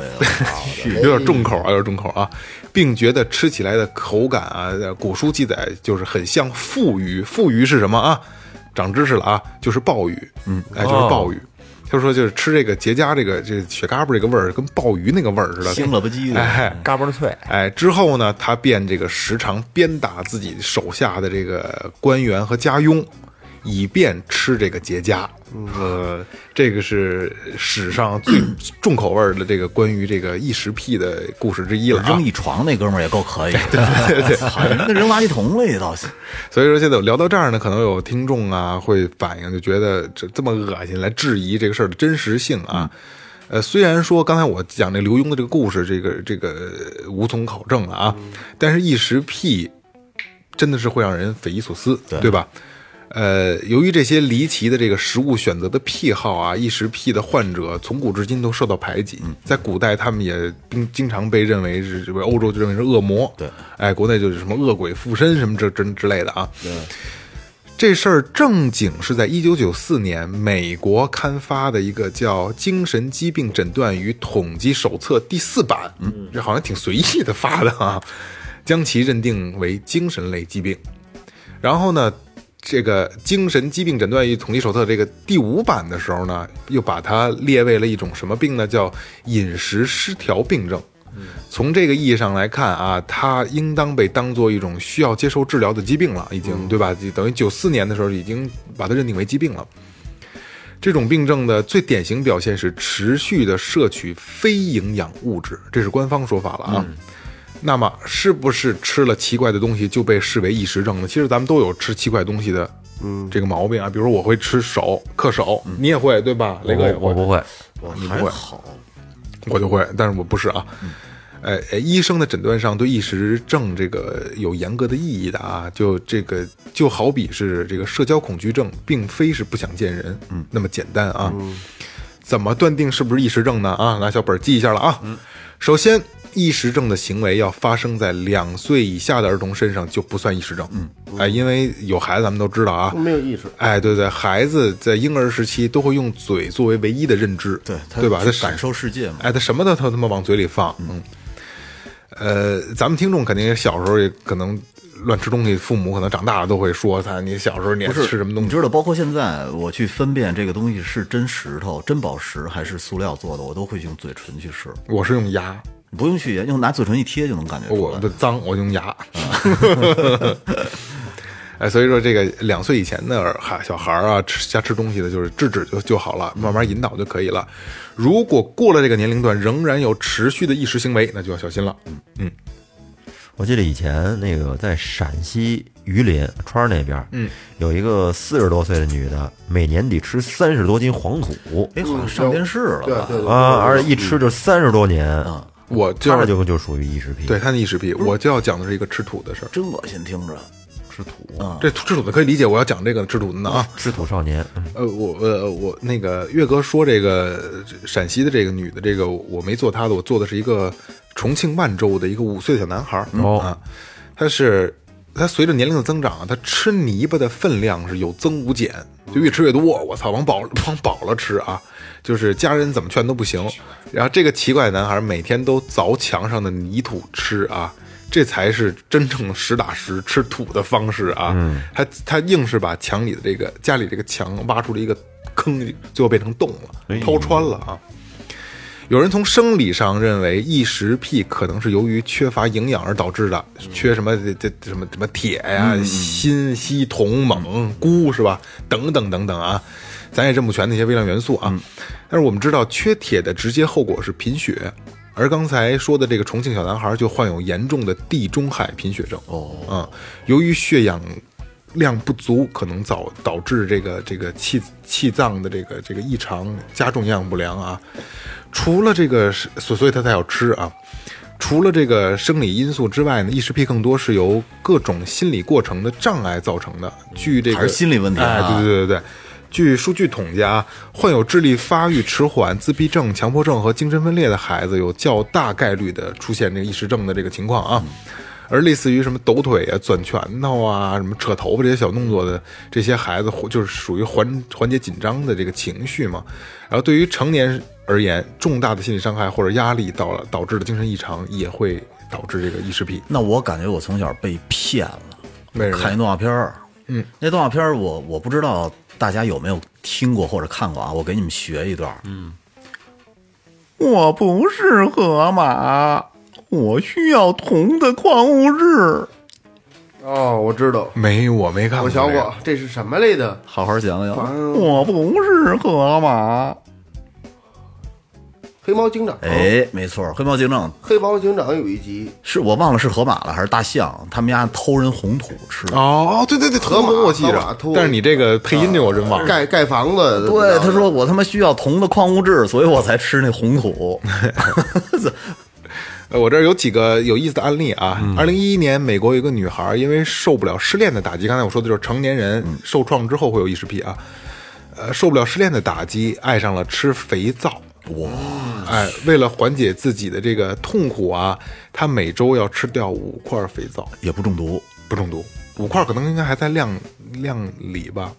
S3: 有点重口啊，有点重口啊，并觉得吃起来的口感啊，呃古书记载就是很像
S5: 哦
S3: 腹鱼。腹鱼是什么啊？长知识了啊，就是鲍鱼，嗯，哎，就是鲍鱼。他说就是吃这个结痂这个这血嘎巴这个味儿，跟鲍鱼那个味儿似的，
S5: 腥了吧唧的
S3: 哎，
S1: 嘎嘣脆，
S3: 哎，之后呢，他便这个时常鞭打自己手下的这个官员和家佣，以便吃这个结痂。呃，这个是史上最重口味儿的这个关于这个异食癖的故事之一了、啊。
S5: 扔一床那哥们儿也够可以的，操那扔垃圾桶里倒是。
S3: 所以说现在我聊到这儿呢，可能有听众啊会反映，就觉得这这么恶心，来质疑这个事儿的真实性啊。呃，虽然说刚才我讲这刘墉的这个故事，这个这个呃无从考证了啊，但是一时屁真的是会让人匪夷所思，对吧？呃，由于这些离奇的这个食物选择的癖好啊，异食癖的患者从古至今都受到排挤。在古代，他们也经经常被认为是，被欧洲就认为是恶魔。
S5: 对，
S3: 哎，国内就是什么恶鬼附身什么这这之类的啊。对，这事儿正经是在一九九四年美国刊发的一个叫《精神疾病诊断与统计手册》第四版，嗯，这好像挺随意的发的啊，将其认定为精神类疾病。然后呢，这个《精神疾病诊断与统计手册》这个第五版的时候呢，又把它列为了一种什么病呢？叫饮食失调病症。从这个意义上来看啊，它应当被当做一种需要接受治疗的疾病了，已经、
S1: 嗯
S3: 对吧？就等于九四年的时候已经把它认定为疾病了。这种病症的最典型表现是持续的摄取非营养物质，这是官方说法了啊。
S1: 嗯
S3: 那么是不是吃了奇怪的东西就被视为异食症呢？其实咱们都有吃奇怪东西的，嗯，这个毛病啊。比如说我会吃手恪手，你也会对吧？雷哥也
S1: 嗯我我，
S3: 会
S1: 不会，
S5: 我
S3: 你不
S5: 还
S3: 会
S5: 好，
S3: 我就会，但是我不是啊。呃，呃医生的诊断上对异食症这个有严格的意义的啊，就这个就好比是这个社交恐惧症，并非是不想见人，嗯，那么简单啊。怎么断定是不是异食症呢？啊，拿小本儿记一下了啊。首先，异食症的行为要发生在两岁以下的儿童身上就不算异食症，嗯，哎，因为有孩子咱们都知道啊，
S4: 没有意识。
S3: 哎，对对，孩子在婴儿时期都会用嘴作为唯一的认知，
S5: 对他
S3: 对吧？他
S5: 去感受世界嘛，
S3: 哎，他什么都他他妈往嘴里放，嗯，呃，咱们听众肯定也小时候也可能乱吃东西，父母可能长大了都会说他，你小时候你爱
S5: 不是
S3: 吃什么东
S5: 你
S3: 西？
S5: 知道，包括现在我去分辨这个东西是真石头、真宝石还是塑料做的，我都会用嘴唇去试，
S3: 我是用牙，
S5: 不用去研究，拿嘴唇一贴就能感觉出
S3: 我
S5: 来。
S3: 的脏，我用
S5: 啊
S3: 牙。 哎，所以说这个两岁以前的儿孩小孩儿啊，吃瞎吃东西的，就是制止就就好了，慢慢引导就可以了。如果过了这个年龄段，仍然有持续的意识行为，那就要小心了。
S5: 嗯
S1: 我记得以前那个在陕西榆林川儿那边，嗯，有一个四十多岁的女的，每年得吃三十多斤黄土
S5: 哎，好像上电视了吧？
S4: 嗯对
S1: 啊，而一吃就三十多年，
S3: 我就
S1: 她
S3: 要
S1: 就就属于异食癖。
S3: 对，他的意识癖，我就要讲的是一个吃土的事儿。
S5: 真恶心，听着。
S3: 这吃土的可以理解，我要讲这个吃土的呢啊。
S1: 吃土少年，嗯
S3: 呃，我呃我那个岳哥说这个这陕西的这个女的，这个我没做她的，我做的是一个重庆万州的一个五岁的小男孩儿、
S1: 哦
S3: 啊，他是他随着年龄的增长啊，他吃泥巴的分量是有增无减，就越吃越多，我操，往饱往饱了吃啊，就是家人怎么劝都不行。然后这个奇怪男孩每天都凿墙上的泥土吃啊。这才是真正实打实吃土的方式啊！他他硬是把墙里的这个家里这个墙挖出了一个坑，最后变成洞了，掏穿了啊！有人从生理上认为异食癖可能是由于缺乏营养而导致的，缺什么这这这什么什么铁呀、锌、硒、铜、锰、钴是吧？等等等等啊，咱也认不全那些微量元素啊。但是我们知道，缺铁的直接后果是贫血，而刚才说的这个重庆小男孩就患有严重的地中海贫血症。哦，啊，由于血氧。量不足可能导导致这个这个气气脏的这个这个异常加重营养不良啊，除了这个是，所所以他才要吃啊。除了这个生理因素之外呢，异食癖更多是由各种心理过程的障碍造成的。据这个
S5: 还是心理问题啊
S3: 哎，对对对对对。据数据统计啊，患有智力发育迟缓、自闭症、强迫症和精神分裂的孩子，有较大概率的出现这个异食症的这个情况啊。而类似于什么抖腿啊、攥拳头啊、什么扯头发这些小动作的这些孩子，就是属于缓缓解紧张的这个情绪嘛。然后对于成年而言，重大的心理伤害或者压力到了导致的精神异常，也会导致这个异食癖。
S5: 那我感觉我从小被骗了。
S3: 为什么
S5: 看一动画片儿，嗯，那动画片儿我我不知道大家有没有听过或者看过啊？我给你们学一段。嗯，我不是河马，我需要铜的矿物质。
S4: 哦，我知道，
S3: 没，我没看过
S4: 我
S3: 这个，
S4: 想过这是什么来的？
S5: 好好想想，
S4: 嗯，
S5: 我不是河马。
S4: 黑猫警长，
S5: 哎，没错，黑猫警长
S4: 黑猫警长有一集，
S5: 是我忘了是河马了还是大象，他们家偷人红土吃。
S3: 哦，对对对，河
S4: 河马
S3: 马我记
S4: 河马
S3: 着
S4: 兔，
S3: 但是你这个配音这我真忘了。
S4: 盖盖房子的，
S5: 对，他
S4: 说。
S5: 说我他妈需要铜的矿物质，所以我才吃那红土。
S3: 呃我这儿有几个有意思的案例啊。二零一一年，美国有一个女孩因为受不了失恋的打击，刚才我说的就是成年人受创之后会有异食癖啊，呃，受不了失恋的打击，爱上了吃肥皂。哇！哎，为了缓解自己的这个痛苦啊，她每周要吃掉五块肥皂，
S5: 也不中毒，
S3: 不中毒。五块可能应该还在量量里吧。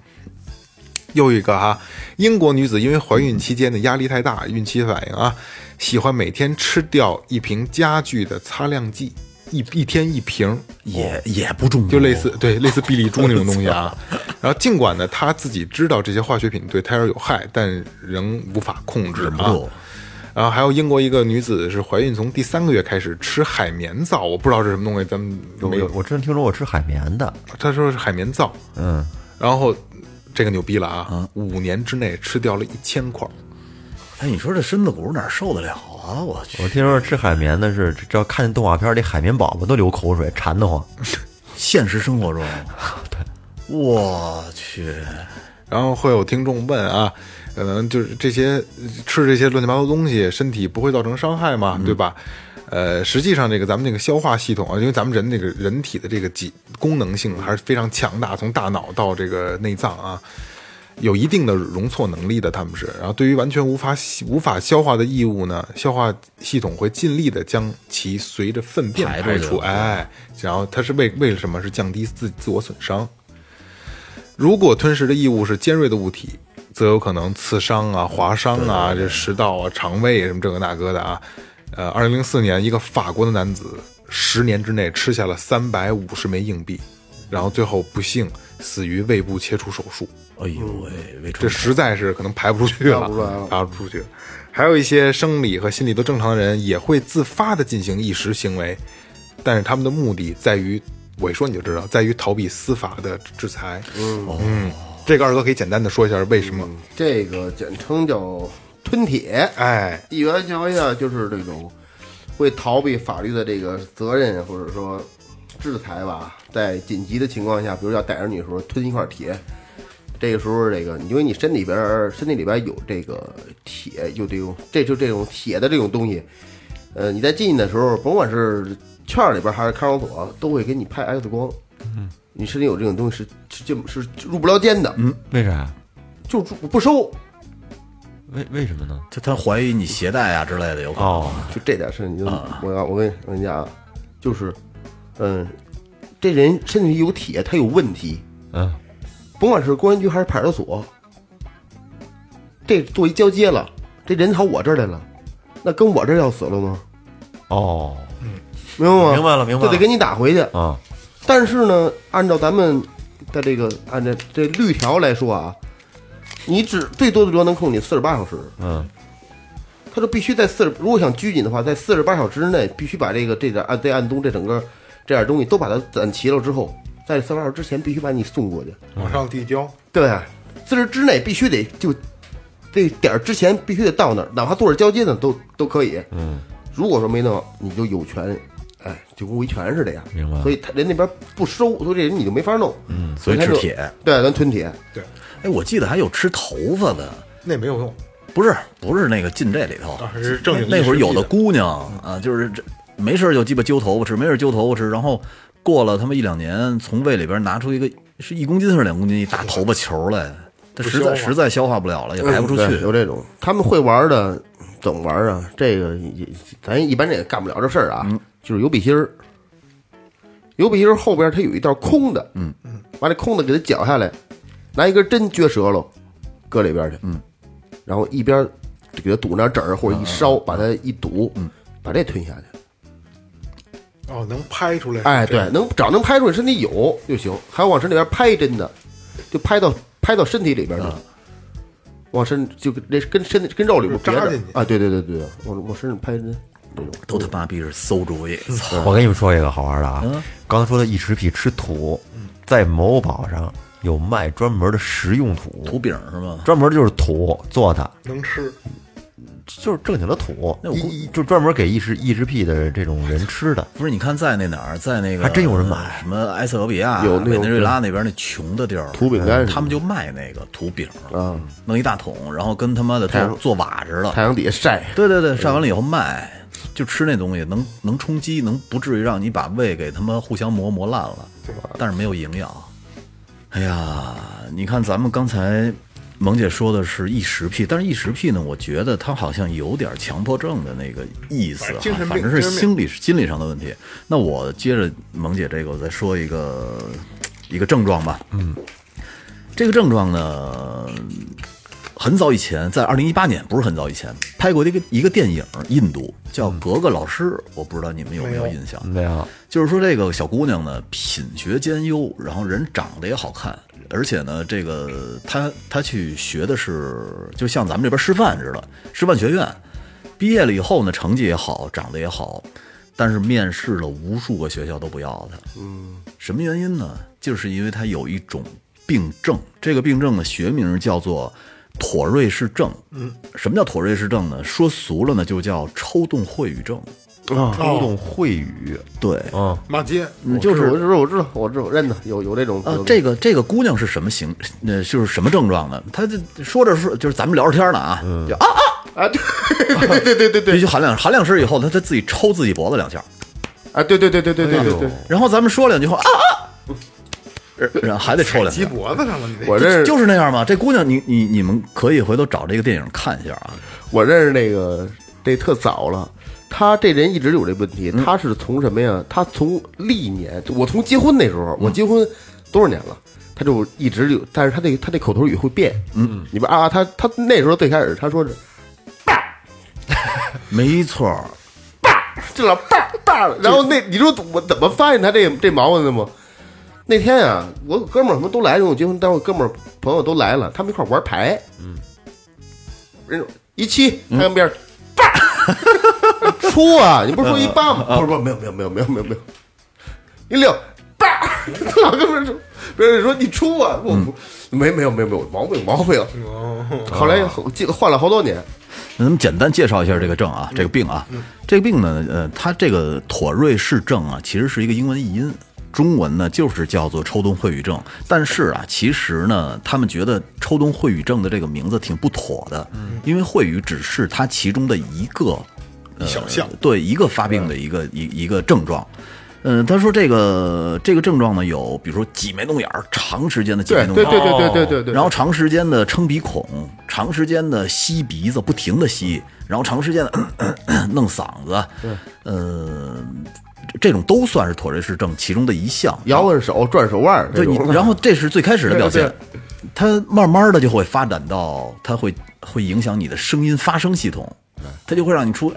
S3: 又一个哈、英国女子因为怀孕期间的压力太大，孕期反应啊，喜欢每天吃掉一瓶家具的擦亮剂，一一天一瓶，
S5: 也也不中毒，
S3: 就类似对类似碧丽珠那种东西啊。 然后尽管呢，她自己知道这些化学品对胎儿有害，但仍无法控制
S5: 忍不
S3: 啊
S5: 住。
S3: 然后还有英国一个女子是怀孕从第三个月开始吃海绵皂，我不知道这是什么东西，咱们
S1: 有
S3: 没有
S1: 有，我真听说过吃海绵的，
S3: 他说是海绵皂，
S1: 嗯，
S3: 然后这个牛逼了啊，五年之内吃掉了一千块，
S5: 哎，你说这身子骨哪受得了啊？我去，
S1: 我听说吃海绵的是，只要看见动画片里海绵宝宝都流口水，馋得慌。
S5: 现实生活中，我去，
S3: 然后会有听众问啊，可能就是这些呃吃这些乱七八糟东西，身体不会造成伤害吗？
S5: 嗯
S3: 对吧？呃，实际上这个咱们这个消化系统啊，因为咱们人那个人体的这个几功能性还是非常强大，从大脑到这个内脏啊，有一定的容错能力的，他们是。然后对于完全无法吸无法消化的异物呢，消化系统会尽力的将其随着粪便
S5: 排出
S3: 排
S5: 去
S3: 出，哎，然后它是为为了什么？是降低自自我损伤。如果吞食的异物是尖锐的物体，则有可能刺伤啊、划伤啊、这食道啊、肠胃什么这个那个的啊。呃，二零零四年，一个法国的男子十年之内吃下了三百五十枚硬币，然后最后不幸死于胃部切除手术。
S5: 哎呦喂，胃
S3: 这
S5: 穿
S3: 实在是可能排不出去了，
S4: 排不出来了
S3: 排不出去。还有一些生理和心理都正常的人，也会自发的进行意识行为，但是他们的目的在于，我一说你就知道，在于逃避司法的制裁。嗯，这个二哥可以简单的说一下为什么？
S4: 这个简称叫吞铁。
S3: 哎，
S4: 一般情况下就是这种会逃避法律的这个责任或者说制裁吧，在紧急的情况下，比如要逮着你的时候吞一块铁，这个时候这个因为你身体里边儿身体里边儿有这个铁，有这种这就这种铁的这种东西，呃，你在进去的时候，甭管是圈儿里边儿还是看守所，都会给你拍 X 光。你身体有这种东西是是进是入不了监的，
S1: 为啥？
S4: 就入不收，
S1: 为为什么呢？
S5: 就他怀疑你携带啊之类的，有可能。
S1: 哦，
S4: 就这点事儿，你就、我要我跟我跟你讲啊，就是，嗯，这人身体有铁，他有问题，
S1: 嗯，
S4: 甭管是公安局还是派出所，这作为交接了，这人跑我这儿来了，那跟我这儿要死了吗？
S1: 哦，
S4: 明白吗？
S1: 明白了明白了
S4: 就得给你打回去。
S1: 啊，
S4: 但是呢，按照咱们的这个按照这律条来说啊，你只最多最多能控你四十八小时，
S1: 嗯，
S4: 他就必须在四十，如果想拘谨的话，在四十八小时之内必须把这个这点暗对暗中这整个这点东西都把它攒齐了之后，在四十八小时之前必须把你送过去，
S3: 往上递交。
S4: 对，四十之内必须得就这点儿之前必须得到那儿，哪怕坐着交接呢都都可以。嗯，如果说没弄，你就有权，哎，就无权是这样。
S1: 明白
S4: 所以他人那边不收，所以这人你就没法弄。嗯，
S5: 所以
S4: 他
S5: 吃
S4: 就
S5: 铁。
S4: 对，咱吞铁。
S3: 对，
S5: 哎，我记得还有吃头发的，
S3: 那没有用，
S5: 不是不是那个进这里头，
S3: 是正经
S5: 那会儿有
S3: 的
S5: 的姑娘啊，就是这没事儿就鸡巴揪头发吃，没事儿揪头发吃，然后过了他妈一两年，从胃里边拿出一个是一公斤还是两公斤一大头发球来，他实在实在消化不了了，也排不出
S4: 哎嗯对
S5: 去。
S4: 有这种，他们会玩的怎么玩啊？这个也咱一般人也干不了这事儿啊，就是有笔芯儿，有笔芯儿后边它有一道空的，嗯嗯，把这空的给它绞下来，拿一根针撅折了，搁里边去，嗯，然后一边给它堵那纸儿或者一烧，把它一堵，嗯，把这吞下去。
S3: 哦，能拍出来。
S4: 哎，对，能只要能拍出来身体有就行，还有往身里边拍针的，就拍到。拍到身体里边的，往身就跟那跟身体跟肉里边
S3: 扎
S4: 别着
S3: 进去
S4: 啊，对对对对，往往身上拍针那种，
S5: 都他妈逼是馊主意，操！
S1: 我跟你们说一个好玩的啊，刚才说的一尺匹吃土，在某宝上有卖专门的食用
S5: 土
S1: 土，
S5: 饼是吗？
S1: 专门就是土做的，
S3: 能吃，
S1: 就是正经的土
S5: 那，我估
S1: 一一就专门给异食异食癖的这种人吃的。
S5: 不是，你看在那哪儿，在那个
S1: 还真有人买
S5: 什么埃塞俄比亚、
S4: 有那种
S5: 委内瑞拉那边那穷的地儿，
S4: 土饼干是吧
S5: 他们就卖那个土饼，嗯，弄一大桶，然后跟他妈的做做瓦似的，
S4: 太阳底下晒，
S5: 对对对，晒完了以后卖，就吃那东西能能充饥，能不至于让你把胃给他妈互相磨磨烂了，但是没有营养。哎呀，你看咱们刚才萌姐说的是异食癖，但是异食癖呢，我觉得它好像有点强迫症的那个意思哈
S3: 精神，病
S5: 反正是
S3: 精神病
S5: 心理心理上的问题。那我接着萌姐这个，我再说一个一个症状吧。嗯，这个症状呢，很早以前，在二零一八年，不是很早以前，拍过一个一个电影，印度叫《格格老师》，我不知道你们有没有印象？
S1: 没有，
S5: 就是说这个小姑娘呢，品学兼优，然后人长得也好看，而且呢，这个她她去学的是就像咱们这边师范似的，师范学院毕业了以后呢，成绩也好，长得也好，但是面试了无数个学校都不要她。嗯，什么原因呢？就是因为她有一种病症，这个病症的学名叫做。妥瑞氏症，嗯，什么叫妥瑞氏症呢？说俗了呢，就叫抽动秽语症。
S1: 抽
S5: 哦
S1: 动秽语，
S5: 对，
S3: 骂街，
S4: 我
S5: 就是
S4: 知道我知道我知道我认得有有这种
S5: 呃
S4: 有，
S5: 这个这个姑娘是什么形？呃，就是什么症状呢？她就说着说，就是咱们聊着天呢啊，就啊
S4: 啊，对对对对对对
S5: 必须喊两喊两声以后，她她自己抽自己脖子两下，
S4: 啊，对对对对对对对对，
S5: 然后咱们说两句话啊啊，然后还得抽两
S3: 鸡
S5: 下，
S3: 脖子上了，你这
S4: 我认识
S5: 就是那样嘛。这姑娘，你你你们可以回头找这个电影看一下啊。
S4: 我认识那个这特早了，他这人一直有这问题，他是从什么呀？他从历年，我从结婚那时候，我结婚多少年了？他就一直有，但是他这他这口头语会变，嗯，你们啊，他他那时候最开始他说是
S5: 没错儿，
S4: 这老爸爸，然后那你说我怎么发现他这这毛病的吗？那天啊，我哥们儿什么都来，我结婚单位哥们儿朋友都来了，他们一块儿玩牌，嗯，人一七他跟边
S5: 嗯
S4: 儿 爸出啊，你不是说一八
S5: 嗯
S4: 吗？不是不是没有没有没有没有没有没有，一六爸，他老跟别人说，别人说你出啊，
S5: 嗯
S4: 我不没没有没有没有毛病毛病，
S5: 哦
S4: 后来我记得换了好多年，
S5: 那咱们简单介绍一下这个症啊，这个病啊，
S4: 嗯
S5: 这个病呢，呃，它这个妥瑞氏症啊，其实是一个英文译音，中文呢就是叫做抽动秽语症。但是啊，其实呢，他们觉得抽动秽语症的这个名字挺不妥的，
S4: 嗯
S5: 因为秽语只是它其中的一个
S3: 一小项
S5: 呃，对一个发病的一个一一个症状。嗯，他说这个这个症状呢，有比如说挤眉弄眼儿，长时间的挤
S4: 对
S5: 眉弄
S4: 对
S5: 眼儿，
S4: 对对对对对对，
S5: 哦然后长时间的撑鼻孔，长时间的吸鼻子，不停的吸，然后长时间的咳咳咳 弄嗓子，呃，这种都算是妥瑞氏症其中的一项。
S4: 摇晃手转手腕儿这
S5: 对
S4: 种，
S5: 你，然后这是最开始的表现
S4: 对，
S5: 它慢慢的就会发展到，它会会影响你的声音发声系统，它就会让你出，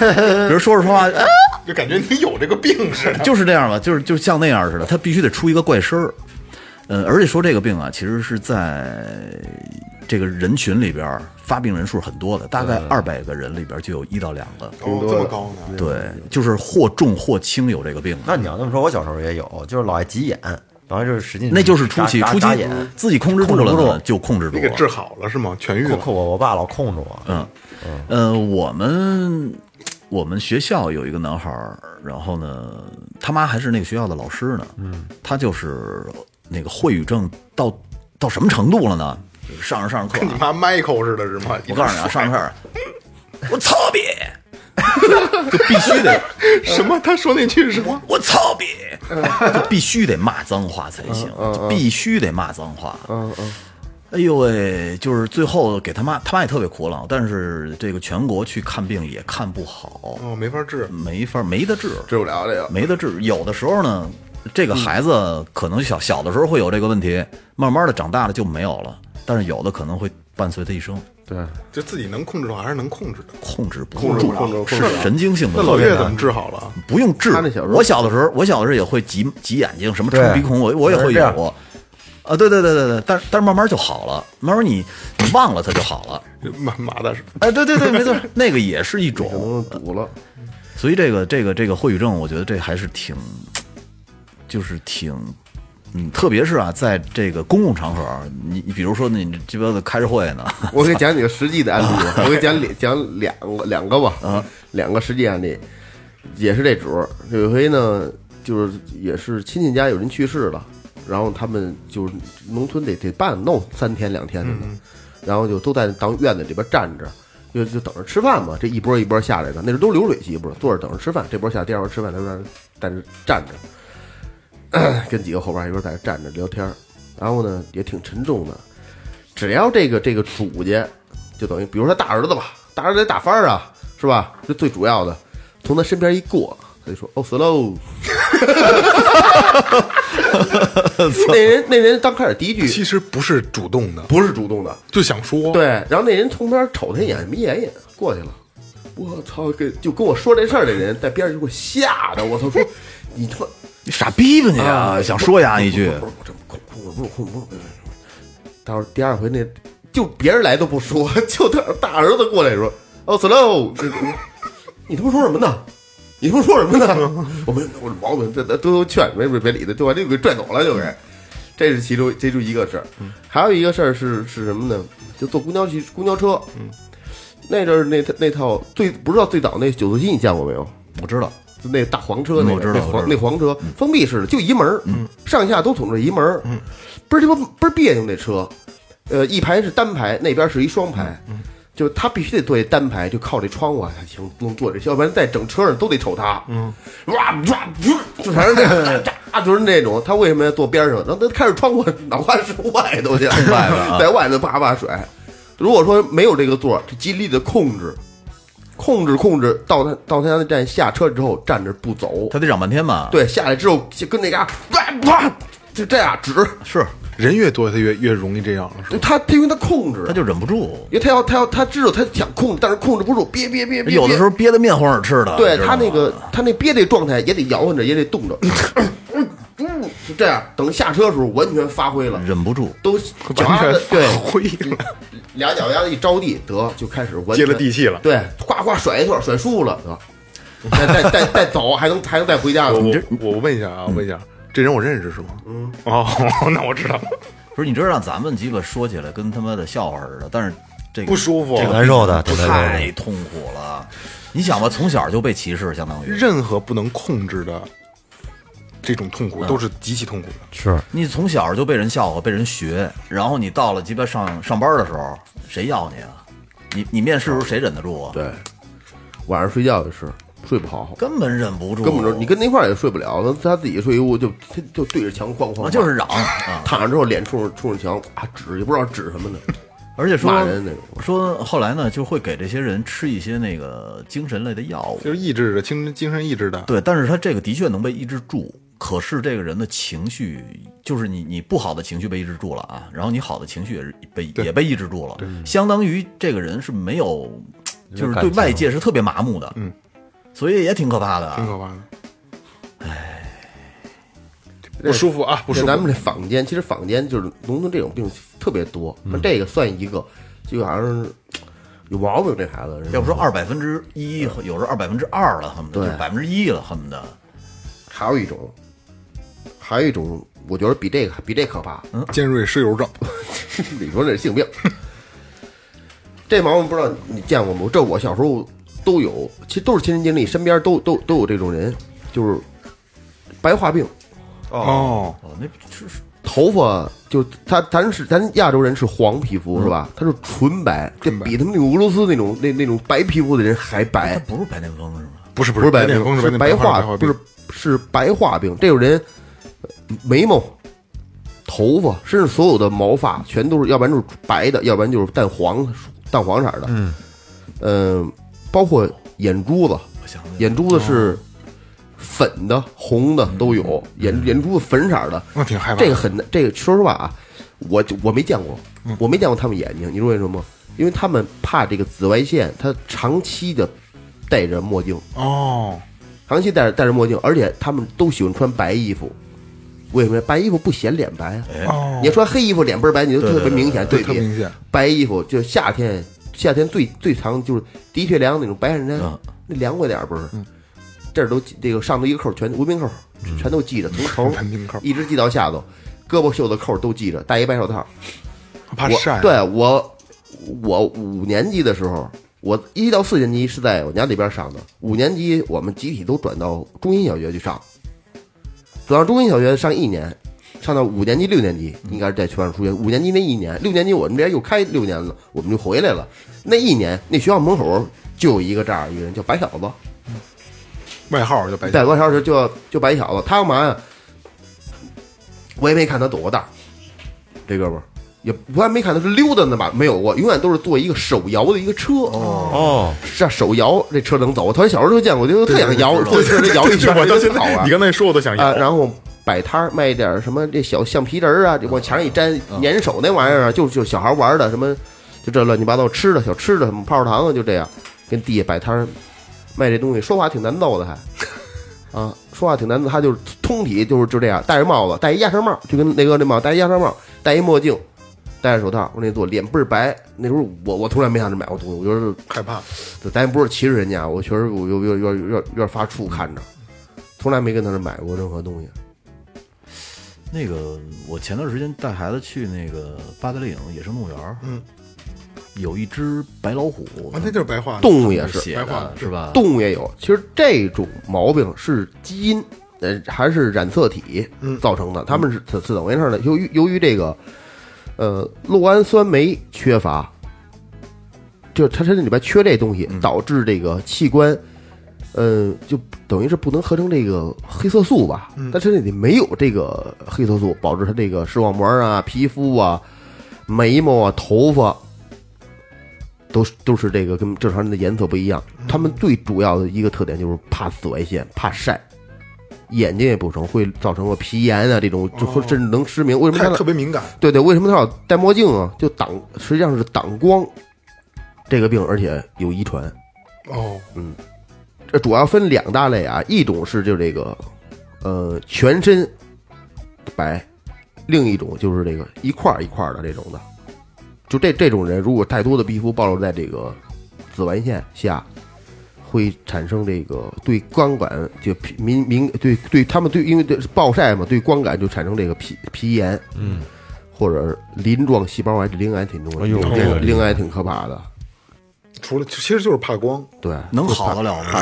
S5: 呃比如说着说话，呃
S3: 就感觉你有这个病似的。
S5: 就是这样吧，就是就像那样似的，他必须得出一个怪声儿。嗯，而且说这个病啊，其实是在这个人群里边儿发病人数很多的，大概二百个人里边儿就有一到两个。
S3: 哦，这么高呢？
S5: 对，就是或重或轻有这个病的。
S1: 那
S5: 啊
S1: 你要这么说，我小时候也有，就是老爱急眼，然后就是使劲，
S5: 那就是初期，
S1: 眨
S5: 初期
S1: 眨眼，
S5: 自己控制住了
S1: 控制不
S5: 呢
S1: 住
S5: 就控制住
S3: 你
S5: 了
S3: 给。治好了是吗？痊愈
S1: 控
S3: 了？
S1: 控我我爸老控制我，
S5: 嗯，呃，我们我们学校有一个男孩儿，然后呢，他妈还是那个学校的老师呢。嗯，他就是那个秽语症到到什么程度了呢？上着上着课
S3: 跟
S5: 啊、
S3: 你妈 Michael 似的，是吗？
S5: 我告诉你啊，上着课儿，我操逼，就必须得
S3: 什么？他说那句是吗？
S5: 我操逼，就必须得骂脏话才行，就必须得骂脏话。嗯嗯。哎呦喂，就是最后给他妈，他妈也特别苦恼，但是这个全国去看病也看不好，
S3: 哦，没法治，
S5: 没法没得治，
S4: 治不了这个。
S5: 没得治。有的时候呢，这个孩子可能
S1: 嗯
S5: 小小的时候会有这个问题，慢慢的长大了就没有了，但是有的可能会伴随他一生，
S3: 就自己能控制住还是能控制的。
S5: 控制不
S4: 控制
S5: 住，
S4: 不了控制不了
S5: 是神经性的
S3: 那
S5: 特别
S3: 老
S5: 难。
S3: 岳怎么治好了？
S5: 不用治
S4: 他那小时。候
S5: 我小的时候，我小的时候也会挤挤眼睛，什么抽
S1: 对
S5: 鼻孔，我我也会
S1: 这样
S5: 有。啊，对对对对对，但是但是慢慢就好了，慢慢你你忘了它就好了。
S3: 马马大师，
S5: 哎，对对对，没错， 那个也是一种。
S4: 能堵了，
S5: 所以这个这个这个霍雨正，我觉得这还是挺，就是挺，嗯，特别是啊，在这个公共场合，你你比如说呢，你鸡巴的开着会呢，
S4: 我给你讲几个实际的案例，我给你讲两讲两个两个吧，两个实际案例，也是这主儿。有一回呢，就是也是亲戚家有人去世了，然后他们就是农村得得办弄三天两天的呢，然后就都在当院子里边站着。就就等着吃饭嘛，这一波一波下来的，那时候都流水席不是，坐着等着吃饭，这波下第二波吃饭，他们在那站着， 跟几个伙伴一块儿在那站着聊天儿，然后呢也挺沉重的。只要这个这个主家，就等于比如说他大儿子吧，大儿子得打翻儿啊，是吧？这最主要的，从他身边一过，他就说哦 死喽。 那人那人刚开始第一句
S3: 其实不是主动的，
S4: 不是主动的，
S3: 就想说，
S4: 对，然后那人从边瞅他一眼，没眼眼过去了。我操，跟就跟我说这事儿的人在边上就给我吓得，我操，说 你他妈
S5: 你傻逼吧你啊，想说呀一句，
S4: 不是这控控制不住，控制不住。到时候第二回那就别人来都不说，就他大儿子过来说：“哦，死喽！”这你他妈说什么呢？你他妈说什么呢？我没有我有毛病，这这都劝，没没别理他，就把这给拽走了，就给。这是其中这就一个事儿，还有一个事儿是是什么呢？就坐公交去公交车，嗯那阵儿那那套最不知道最早那九四七你见过没有？
S5: 我知道，
S4: 就那大黄车那个，
S5: 嗯我知道
S4: 那
S5: 我知
S4: 黄
S5: 道嗯
S4: 那黄车封闭式的，就一门儿，上下都捅着一门儿，倍儿鸡巴倍儿别扭那车，呃，一排是单排，那边是一双排，就他必须得坐一单排，就靠这窗户啊才行，能坐这，要不然在整车上都得瞅他，嗯，哇哇，就全是那个。啊，就是那种，他为什么要坐边上？然后他开着窗户，脑瓜是外头去，外头 在外头叭叭甩。如果说没有这个座儿，这极力的控制，控制控制，到他到他家那站下车之后站着不走，
S5: 他得嚷半天吧？，
S4: 对，下来之后就跟那嘎、哇哇，就这样指，
S5: 是，
S3: 人越多他越越容易这样，是
S4: 就
S3: 吧
S4: 他他因为他控制，
S5: 他就忍不住，
S4: 因为他要他要他知道他想控制，但是控制不住，憋憋
S3: 哎
S4: 憋憋，
S5: 有的时
S4: 候
S5: 候憋得面红耳赤的。
S4: 对
S5: 你知道
S4: 他
S5: 吗
S4: 那个他那憋这状态也得摇晃着，也得动着，就这样，等下车的时候完全发挥了。
S5: 忍不住，
S4: 都脚丫
S3: 完全
S4: 子对
S3: 发挥了，
S4: 俩脚丫子一着地，得就开始完
S3: 接
S4: 全
S3: 了地气了。
S4: 对，哗哗甩一通，甩舒服了，得，再再再再走，还能还能再回家呢
S3: 我。我我问一下啊，我问一下，这人我认识是吗？嗯，哦，那我知道，
S5: 不是你知道让咱们鸡巴说起来跟他妈的笑话似的，但是这个
S3: 不舒服
S5: 这个
S1: 挺难
S4: 啊
S1: 受的挺难受的
S5: 太痛苦了。你想吧，从小就被歧视，相当于
S3: 任何不能控制的这种痛苦都是极其痛苦的。
S1: 是
S5: 你从小就被人笑话，被人学，然后你到了鸡巴上上班的时候，谁要你啊？你你面试的时候谁忍得住啊？，
S4: 对，晚上睡觉也是睡不好，
S5: 根本忍不住，啊
S4: 根本就你跟那块儿也睡不了，他他自己睡一屋就他就对着墙哐哐，
S5: 啊就是嚷 啊。
S4: 躺上之后脸冲着冲着墙啊指也不知道指什么呢，
S5: 而且说
S4: 骂人那种
S5: 说后来呢，就会给这些人吃一些那个精神类的药物，
S3: 就是抑制的，精精神抑制的，
S5: 对，但是他这个的确能被抑制住，可是这个人的情绪，就是你你不好的情绪被抑制住了啊，然后你好的情绪也是被也被抑制住了，相当于这个人是没有，就是对外界是特别麻木的，嗯，所以也挺可怕的
S3: 挺
S5: 啊。
S3: 可怕的。不舒服啊，不舒
S4: 这
S3: 服。
S4: 咱们这坊间，其实坊间就是农村这种病特别多，那这个算一个，就好像是有毛病这孩子，
S5: 要不说二百分之一，有时候二百分之二了，恨不得
S4: 对
S5: 就百分之一了，恨不得。
S4: 还有一种，还有一种，我觉得比这个比这可怕，
S3: 尖锐湿疣症，
S4: 你说这是性病， 这毛病不知道你见过吗？这我小时候都有，其实都是亲身经历，身边都都都有这种人，就是白化病，
S3: 哦，
S5: 哦，那是是
S4: 头发就他咱是咱亚洲人是黄皮肤是吧？他是纯白，这
S3: 纯白
S4: 比他们那种俄罗斯那种那那种白皮肤的人还
S5: 他
S4: 白，
S5: 不是白癜风是吗？
S3: 不是
S4: 不
S3: 不是
S4: 白
S3: 癜风，
S4: 是
S3: 是
S4: 白
S3: 化，
S4: 化，
S3: 白化
S4: 不是
S3: 病
S4: 是白化病。这种人呃眉毛、头发，身上所有的毛发全都是，要不然就是白的，要不然就是淡黄淡黄色的。嗯，呃，包括眼珠子，
S5: 我想想，
S4: 眼珠子是粉的、红的都有，眼眼珠子粉色的，
S3: 我挺害怕。
S4: 这个很难，这个说实话啊，我就我没见过，
S3: 嗯
S4: 我没见过他们眼睛，你知道为什么吗？因为他们怕这个紫外线，他长期的戴着墨镜，
S3: 哦，
S4: 长期戴着戴着墨镜，而且他们都喜欢穿白衣服，为什么呀白衣服不显脸白啊？
S3: 哦
S4: 你要穿黑衣服脸倍儿白，你就特别明显
S3: 对对对
S4: 比。
S3: 特明显
S4: 白衣服就夏天，夏天最最常就是的确凉那种白衬衫
S5: 嗯，
S4: 那凉快点儿不是？
S3: 嗯
S4: 这儿都系这个上头一个扣儿全无名扣儿，全都系着，从头
S3: 文明扣儿
S4: 一直系到下头，胳膊袖子扣儿都系着，戴一白手套。
S3: 怕
S4: 我
S3: 晒，啊
S4: 对我，我五年级的时候，我一到四年级是在我家那边上的，五年级我们集体都转到中心小学去上，转到中心小学上一年，上到五年级、六年级
S3: 嗯
S4: 应该是在学校出学。五年级那一年，六年级我们这边又开六年了，我们就回来了。那一年，那学校门口就有一个这样一个人叫白小子，
S3: 外号就白哦
S4: 在多少时就就白小子，他干嘛呀？我也没看他躲过袋儿，这哥们儿也我也没看他是溜达呢吧，没有过，永远都是坐一个手摇的一个车，哦，
S1: 哦，
S4: 是啊，手摇这车能走。我从小时候就见过，我就特想摇，坐车就摇一圈，
S6: 我到
S4: 真
S6: 现
S4: 好
S6: 在，
S4: 玩
S6: 你刚才说我都
S3: 哎
S6: 想
S4: 啊。
S6: 要。
S4: 然后摆摊儿卖点儿什么这小橡皮人儿啊，这往墙上一粘，粘手那玩意儿啊，就就小孩玩的什么，就这乱七八糟吃的小吃的，什么泡泡糖啊，就这样，跟地下摆摊儿卖这东西，说话挺难揍的还。啊，说话挺难的，他就是通体就是就这样，戴着帽子，戴一鸭舌帽，就跟那哥那帽，戴一鸭舌帽，戴一墨镜，戴着手套，我那做脸倍儿白。那时候我我从来没想着买过东西，我就是
S3: 害怕，哦
S4: 咱也不是歧视人家，我确实我有有有有有点发怵看着，从来没跟他那买过任何东西。
S5: 那个，我前段时间带孩子去那个八达岭野生动物园，嗯，啊有一只白老虎，
S3: 完全就是白话
S4: 动物也是，
S5: 写
S3: 白话
S5: 的是吧？
S4: 动物也有。其实这种毛病是基因，呃，还是染色体造成的。他们是是是怎么回事呢？由于由于这个，呃，酪氨酸酶缺乏，就他身体里边缺这东西，导致这个器官，呃，就等于是不能合成这个黑色素吧？
S3: 嗯
S4: 他身体里没有这个黑色素，导致他这个视网膜啊、皮肤啊、眉毛啊、头发都是都是这个跟正常人的颜色不一样。
S3: 嗯
S4: 他们最主要的一个特点就是怕紫外线、怕晒，眼睛也不成，会造成个皮炎啊这种，就会甚至能失明。为什么
S3: 哦太
S4: 他老
S3: 特别敏感，
S4: 对对，为什么他老戴墨镜啊？就挡，实际上是挡光这个病，而且有遗传。
S3: 哦，
S4: 这主要分两大类啊，一种是就这个，呃，全身白，另一种就是这个一块儿一块儿的这种的。就这这种人，如果太多的皮肤暴露在这个紫外线下，会产生这个对光感就皮敏敏对对他们对因为对暴晒嘛，对光感就产生这个皮皮炎，嗯，或者鳞状细胞癌，这鳞癌挺重要的，
S1: 哎呦
S4: 这
S1: 这
S4: 个
S1: 个
S4: 鳞癌挺可怕的，
S3: 除了其实就是怕光，
S4: 对，
S5: 能好得了吗？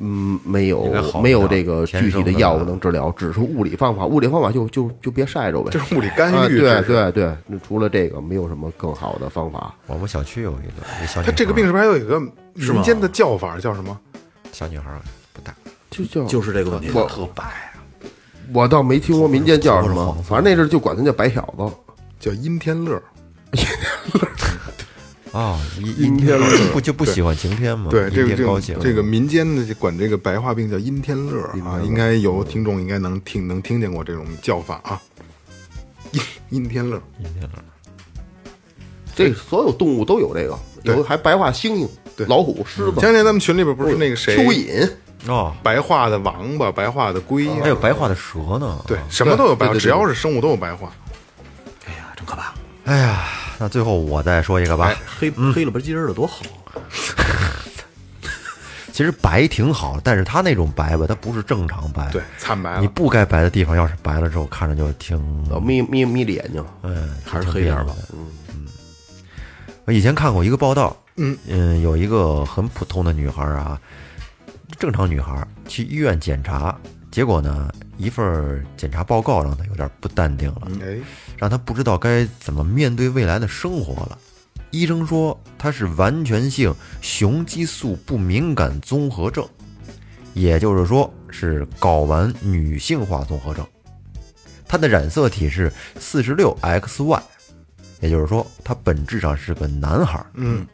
S4: 嗯，没有
S1: 应该好不了
S4: 没有这个具体的药物
S1: 天生的
S4: 能治疗，只是物理方法。物理方法就就就别晒着呗。
S3: 就是物理干
S4: 啊，
S3: 预，
S4: 对
S3: 这是。
S4: 对对，那除了这个，没有什么更好的方法。
S1: 我们小区有一个一小女孩，
S3: 他这个病是不是还有一个民间的叫法叫什么？
S1: 小女孩儿不大，
S4: 就叫
S5: 就是是这个问题，
S4: 我
S5: 特白。
S4: 我倒没听过民间叫什
S1: 头发
S4: 么
S1: 是黄，色
S4: 反正那阵儿就管他叫白小子。
S3: 叫阴天乐。
S1: 哦，阴阴天不就不喜欢晴天吗？
S3: 对，这
S1: 阴
S3: 个这
S1: 天高
S3: 个
S1: 兴，
S3: 这个民间的管这个白化病叫阴天乐啊，应该有听众应该能听能听见过这种叫法啊。阴阴天乐，
S1: 阴天了
S4: 这所有动物都有这个，
S3: 对
S4: 有还白化猩
S3: 对嗯
S4: 猩、老虎、狮子、
S3: 前两天咱们群里边不是那个谁
S4: 蚯蚓，
S1: 哦，
S3: 白化的王八、白化的龟呀
S1: 还有白化的蛇呢。
S3: 对，什么都有白化，
S4: 对对对
S3: 只要是生物都有白化。
S5: 哎呀，真可怕！
S1: 哎呀，那最后我再说一个吧。
S5: 黑黑了吧唧儿的多好，啊
S1: 其实白挺好，但是它那种白吧，它不是正常白。
S3: 对，惨白
S1: 哎你
S3: 了。
S1: 不该白的地方，要是白了之后，看着就挺，
S4: 老眯眯眯着眼睛，
S1: 嗯，
S5: 还是
S1: 挺
S5: 黑点
S1: 别
S5: 儿
S1: 扭
S5: 吧
S1: 的。我以前看过一个报道，
S3: 嗯
S1: 有一个很普通的女孩儿啊，正常女孩儿去医院检查，结果呢，一份儿检查报告让她有点不淡定了，
S3: 哎，
S1: 让她不知道该怎么面对未来的生活了。医生说她是完全性雄激素不敏感综合症，也就是说是睾丸女性化综合症。它的染色体是四十六 XY，也就是说，它本质上是个男孩。
S3: 嗯，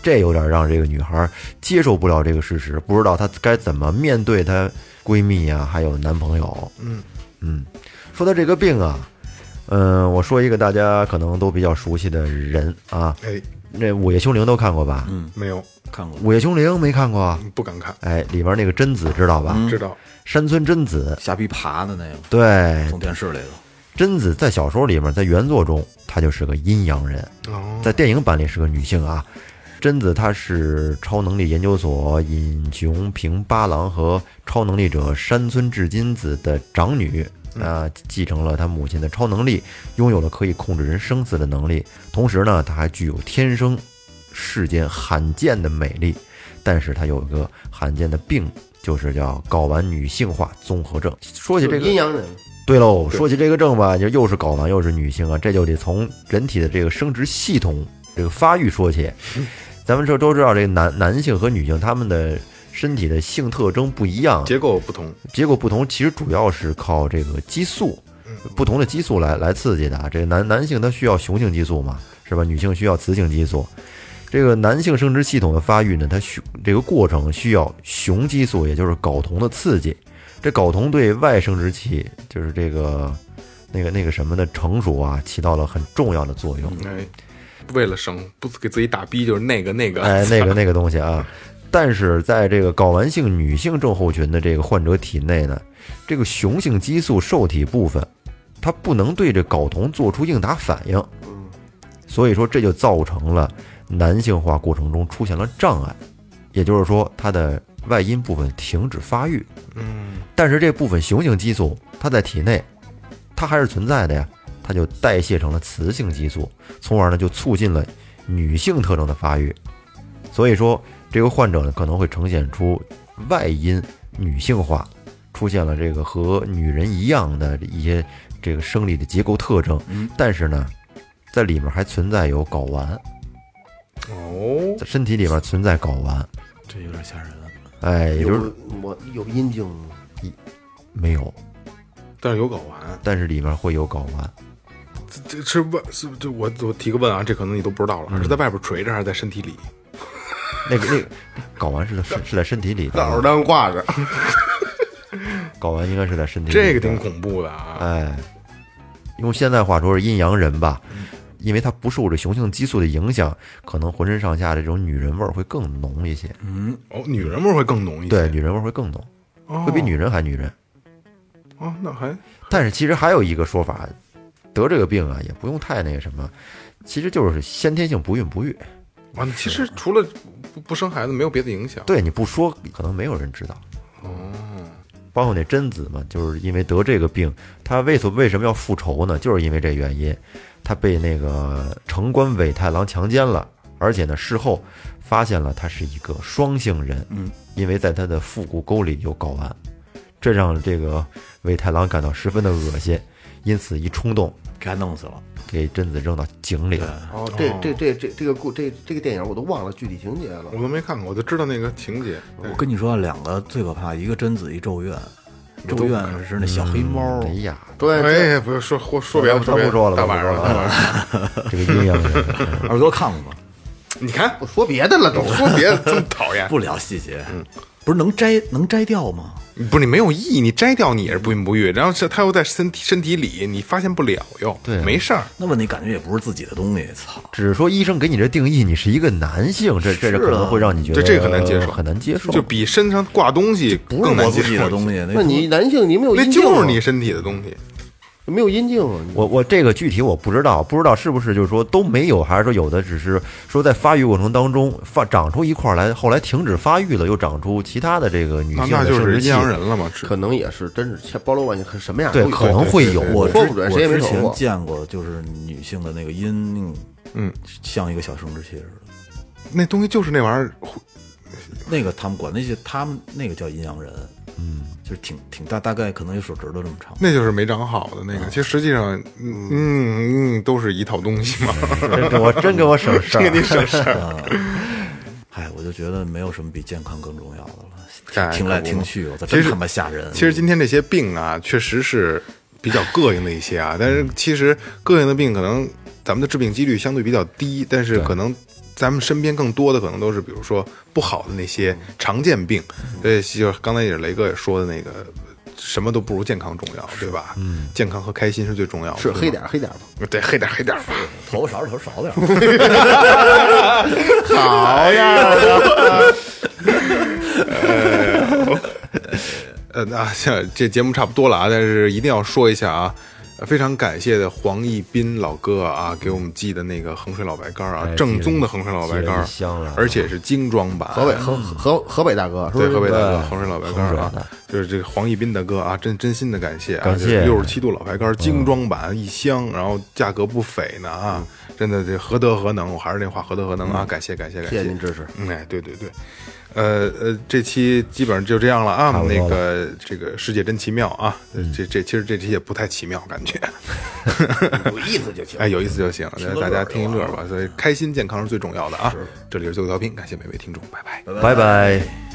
S1: 这有点让这个女孩接受不了这个事实，不知道她该怎么面对她闺蜜啊，还有男朋友。
S3: 嗯
S1: 嗯，说到这呃个病啊，嗯、我说一个大家可能都比较熟悉的人啊，
S3: 哎，
S1: 那《午夜凶铃》都看过吧？嗯，
S3: 没有，
S5: 看过
S1: 《午夜凶铃》没看过。
S3: 不敢看，
S1: 哎，里边那个贞子知道吧？
S3: 知道
S1: 山村贞子，
S5: 瞎逼爬的那个，
S1: 对，
S5: 从电视里头。
S1: 贞子在小说里面，在原作中，她就是个阴阳人，
S3: 哦，
S1: 在电影版里是个女性啊。贞子她是超能力研究所尹雄平八郎和超能力者山村至今子的长女，啊，继承了她母亲的超能力，拥有了可以控制人生死的能力。同时呢，她还具有天生世间罕见的美丽，但是她有一个罕见的病，就是叫睾丸女性化综合症。说起这个
S4: 阴阳人，
S1: 对喽，说起这个症吧，就又是睾丸又是女性啊，这就得从人体的这个生殖系统这个发育说起。咱们说都知道，这个男男性和女性他们的身体的性特征不一样，啊
S3: 结构不同，
S1: 结果不同，其实主要是靠这个激素，不同的激素来来刺激的啊。这个男男性他需要雄性激素嘛，是吧？女性需要雌性激素。这个男性生殖系统的发育呢，它需这个过程需要雄激素，也就是睾酮的刺激。这睾酮对外生殖器，就是这个那个那个什么的成熟啊，起到了很重要的作用。
S3: 哎，为了省不给自己打逼，就是那个那个，
S1: 哎，那个那个东西啊。但是在这个睾丸性女性症候群的这个患者体内呢，这个雄性激素受体部分，它不能对这睾酮做出应答反应，
S3: 嗯
S1: 所以说这就造成了男性化过程中出现了障碍，也就是说它的外阴部分停止发育。
S3: 嗯，
S1: 但是这部分雄性激素它在体内，它还是存在的呀，它就代谢成了雌性激素，从而呢就促进了女性特征的发育。所以说，这个患者呢可能会呈现出外阴女性化，出现了这个和女人一样的一些这个生理的结构特征，
S5: 嗯
S1: 但是呢，在里面还存在有睾丸，
S3: 哦，
S1: 在身体里面存在睾丸，
S5: 这有点吓人啊！
S1: 哎，也就是
S4: 有我有阴茎，
S1: 没有，
S3: 但是有睾丸，
S1: 但是里面会有睾丸。
S3: 这这是外是这我我提个问啊，这可能你都不知道
S1: 嗯
S3: 了，是在外边垂着还是在身体里？
S1: 那个那个睾丸是在是是在身体里的，
S4: 脑袋挂着，
S1: 睾丸应该是在身体里的。
S3: 这个挺恐怖的啊，
S1: 哎，用现在话说是阴阳人吧，因为它不受这雄性激素的影响，可能浑身上下这种女人味儿会更浓一些。
S3: 哦，女人味儿会更浓一些，
S1: 对，女人味儿会更浓，会比女人还女人。
S3: 哦，那还
S1: 但是其实还有一个说法，得这个病啊也不用太那个什么，其实就是先天性不孕不育。
S3: 完了，啊其实除了不不生孩子，没有别的影响。
S1: 对，你不说可能没有人知道。包括那贞子嘛，就是因为得这个病，她为所为什么要复仇呢？就是因为这原因，她被那个城关尾太郎强奸了，而且呢，事后发现了她是一个双性人，嗯，因为在她的腹股沟里有睾丸，这让这个尾太郎感到十分的恶心，因此一冲动
S5: 给他弄死了。
S1: 给贞子扔到井里了。
S4: 哦，这这这这这个故这这个电影我都忘了具体情节了
S3: 我。都没看过，我就知道那个情节。
S5: 我跟你说啊，两个最可怕，一个贞子，一咒怨。咒怨是那小黑猫，
S1: 哎呀，
S4: 对，这
S3: 哎，不要说说说别的，
S1: 咱
S3: 说
S1: 不
S3: 别的
S1: 说了
S3: 大晚上
S1: 咱不
S3: 的，大
S1: 说
S3: 晚上的。
S1: 这个阴阳人，
S5: 耳朵看过吗？
S3: 你看，
S4: 我说别的了都。
S3: 说别的这么讨厌，
S5: 不聊细节，不是能摘能摘掉吗？
S3: 不是你没有意义，你摘掉你也是不孕不育，然后是它又在身体身体里，你发现不了又，
S1: 对啊
S3: 没事儿。
S5: 那问题感觉也不是自己的东西，操！
S1: 只是说医生给你这定义，你是一个男性，这这这可能会让你觉得
S3: 对啊这个很难接受
S1: 很难接受。
S3: 就比身上挂东西
S5: 不是
S3: 更难
S5: 我
S3: 接
S5: 自己
S3: 受
S5: 的东。西，
S4: 那你男性你没有
S3: 那
S4: 阴茎啊，
S3: 就是你身体的东西，
S4: 没有阴茎啊，你
S1: 我我这个具体我不知道，不知道是不是就是说都没有，还是说有的只是说在发育过程当中发长出一块来，后来停止发育了，又长出其他的这个女
S3: 那
S1: 性
S3: 那
S1: 的
S3: 就
S1: 生
S3: 是
S1: 殖
S3: 阴
S1: 器。
S3: 阳人了嘛？是
S4: 可能也是真是千包罗万象，什么样
S1: 对
S4: 都有
S1: 可能会有
S5: 我
S4: 我
S5: 之
S4: 说不准，谁也没
S5: 我之
S4: 瞅
S5: 前
S4: 过。
S5: 见过，就是女性的那个阴，
S3: 嗯，
S5: 像一个小生殖器似的。
S3: 那东西就是那玩意儿，
S5: 那个他们管那些，他们那个叫阴阳人，嗯，就是挺挺大，大概可能有手指头这么长。
S3: 那就是没长好的那个。其实实际上，嗯嗯嗯，都是一套东西 嘛。
S1: 真给我真给我省事 儿，
S5: 哎，我就觉得没有什么比健康更重要的
S3: 哎
S5: 了。听来听去，我操，
S3: 其
S5: 真
S3: 实
S5: 他妈吓人。
S3: 其实今天这些病啊，确实是比较膈应的一些
S4: 嗯
S3: 啊，但是其实膈应的病可能咱们的致病几率相对比较低，但是可能咱们身边更多的可能都是比
S4: 嗯
S3: 如说不好的那些常见病，对，就是刚才也是雷哥也说的那个。什么都不如健康重要，对吧？嗯，健康和开心是最重要的。
S4: 是
S3: 对吧
S4: 黑点儿黑点儿吧。
S3: 对，黑点儿黑点儿吧。
S5: 头发少是头少点儿，
S4: 好
S3: 哎
S4: 呀，
S3: 呃，那、这这节目差不多了啊，但是一定要说一下啊，呃非常感谢的黄一斌老哥啊，给我们寄的那个衡水老白干儿啊
S1: 哎，
S3: 正宗的衡水老白
S1: 寄了
S3: 干儿
S1: 一箱啊了，
S3: 而且是精装版，
S4: 河北河河河北大哥，说
S3: 对，河北大哥，
S1: 对
S3: 衡水老白干儿啊
S1: 衡水的，
S3: 就是这个黄一斌大哥啊，真真心的感谢啊，
S1: 感谢嗯
S3: 六十七度老白干儿精装版一箱，然后价格不菲呢啊，真的这何德何能，我还是那话，何德何能
S1: 嗯
S3: 啊，感谢感谢感
S4: 谢
S3: 谢
S4: 谢您支持。
S3: 嗯，哎，对对对，呃呃，这期基本上就这样了啊。
S1: 不多
S3: 那
S1: 了
S3: 个这个世界真奇妙啊，这这其实这期也不太奇妙，感觉
S4: 有意思就行。
S3: 哎有意思就行，那
S5: 乐
S3: 大家
S5: 儿
S3: 听一乐吧。所以开心健康是最重要的啊。这里是最后调频，感谢每位听众，拜拜。
S1: 拜拜。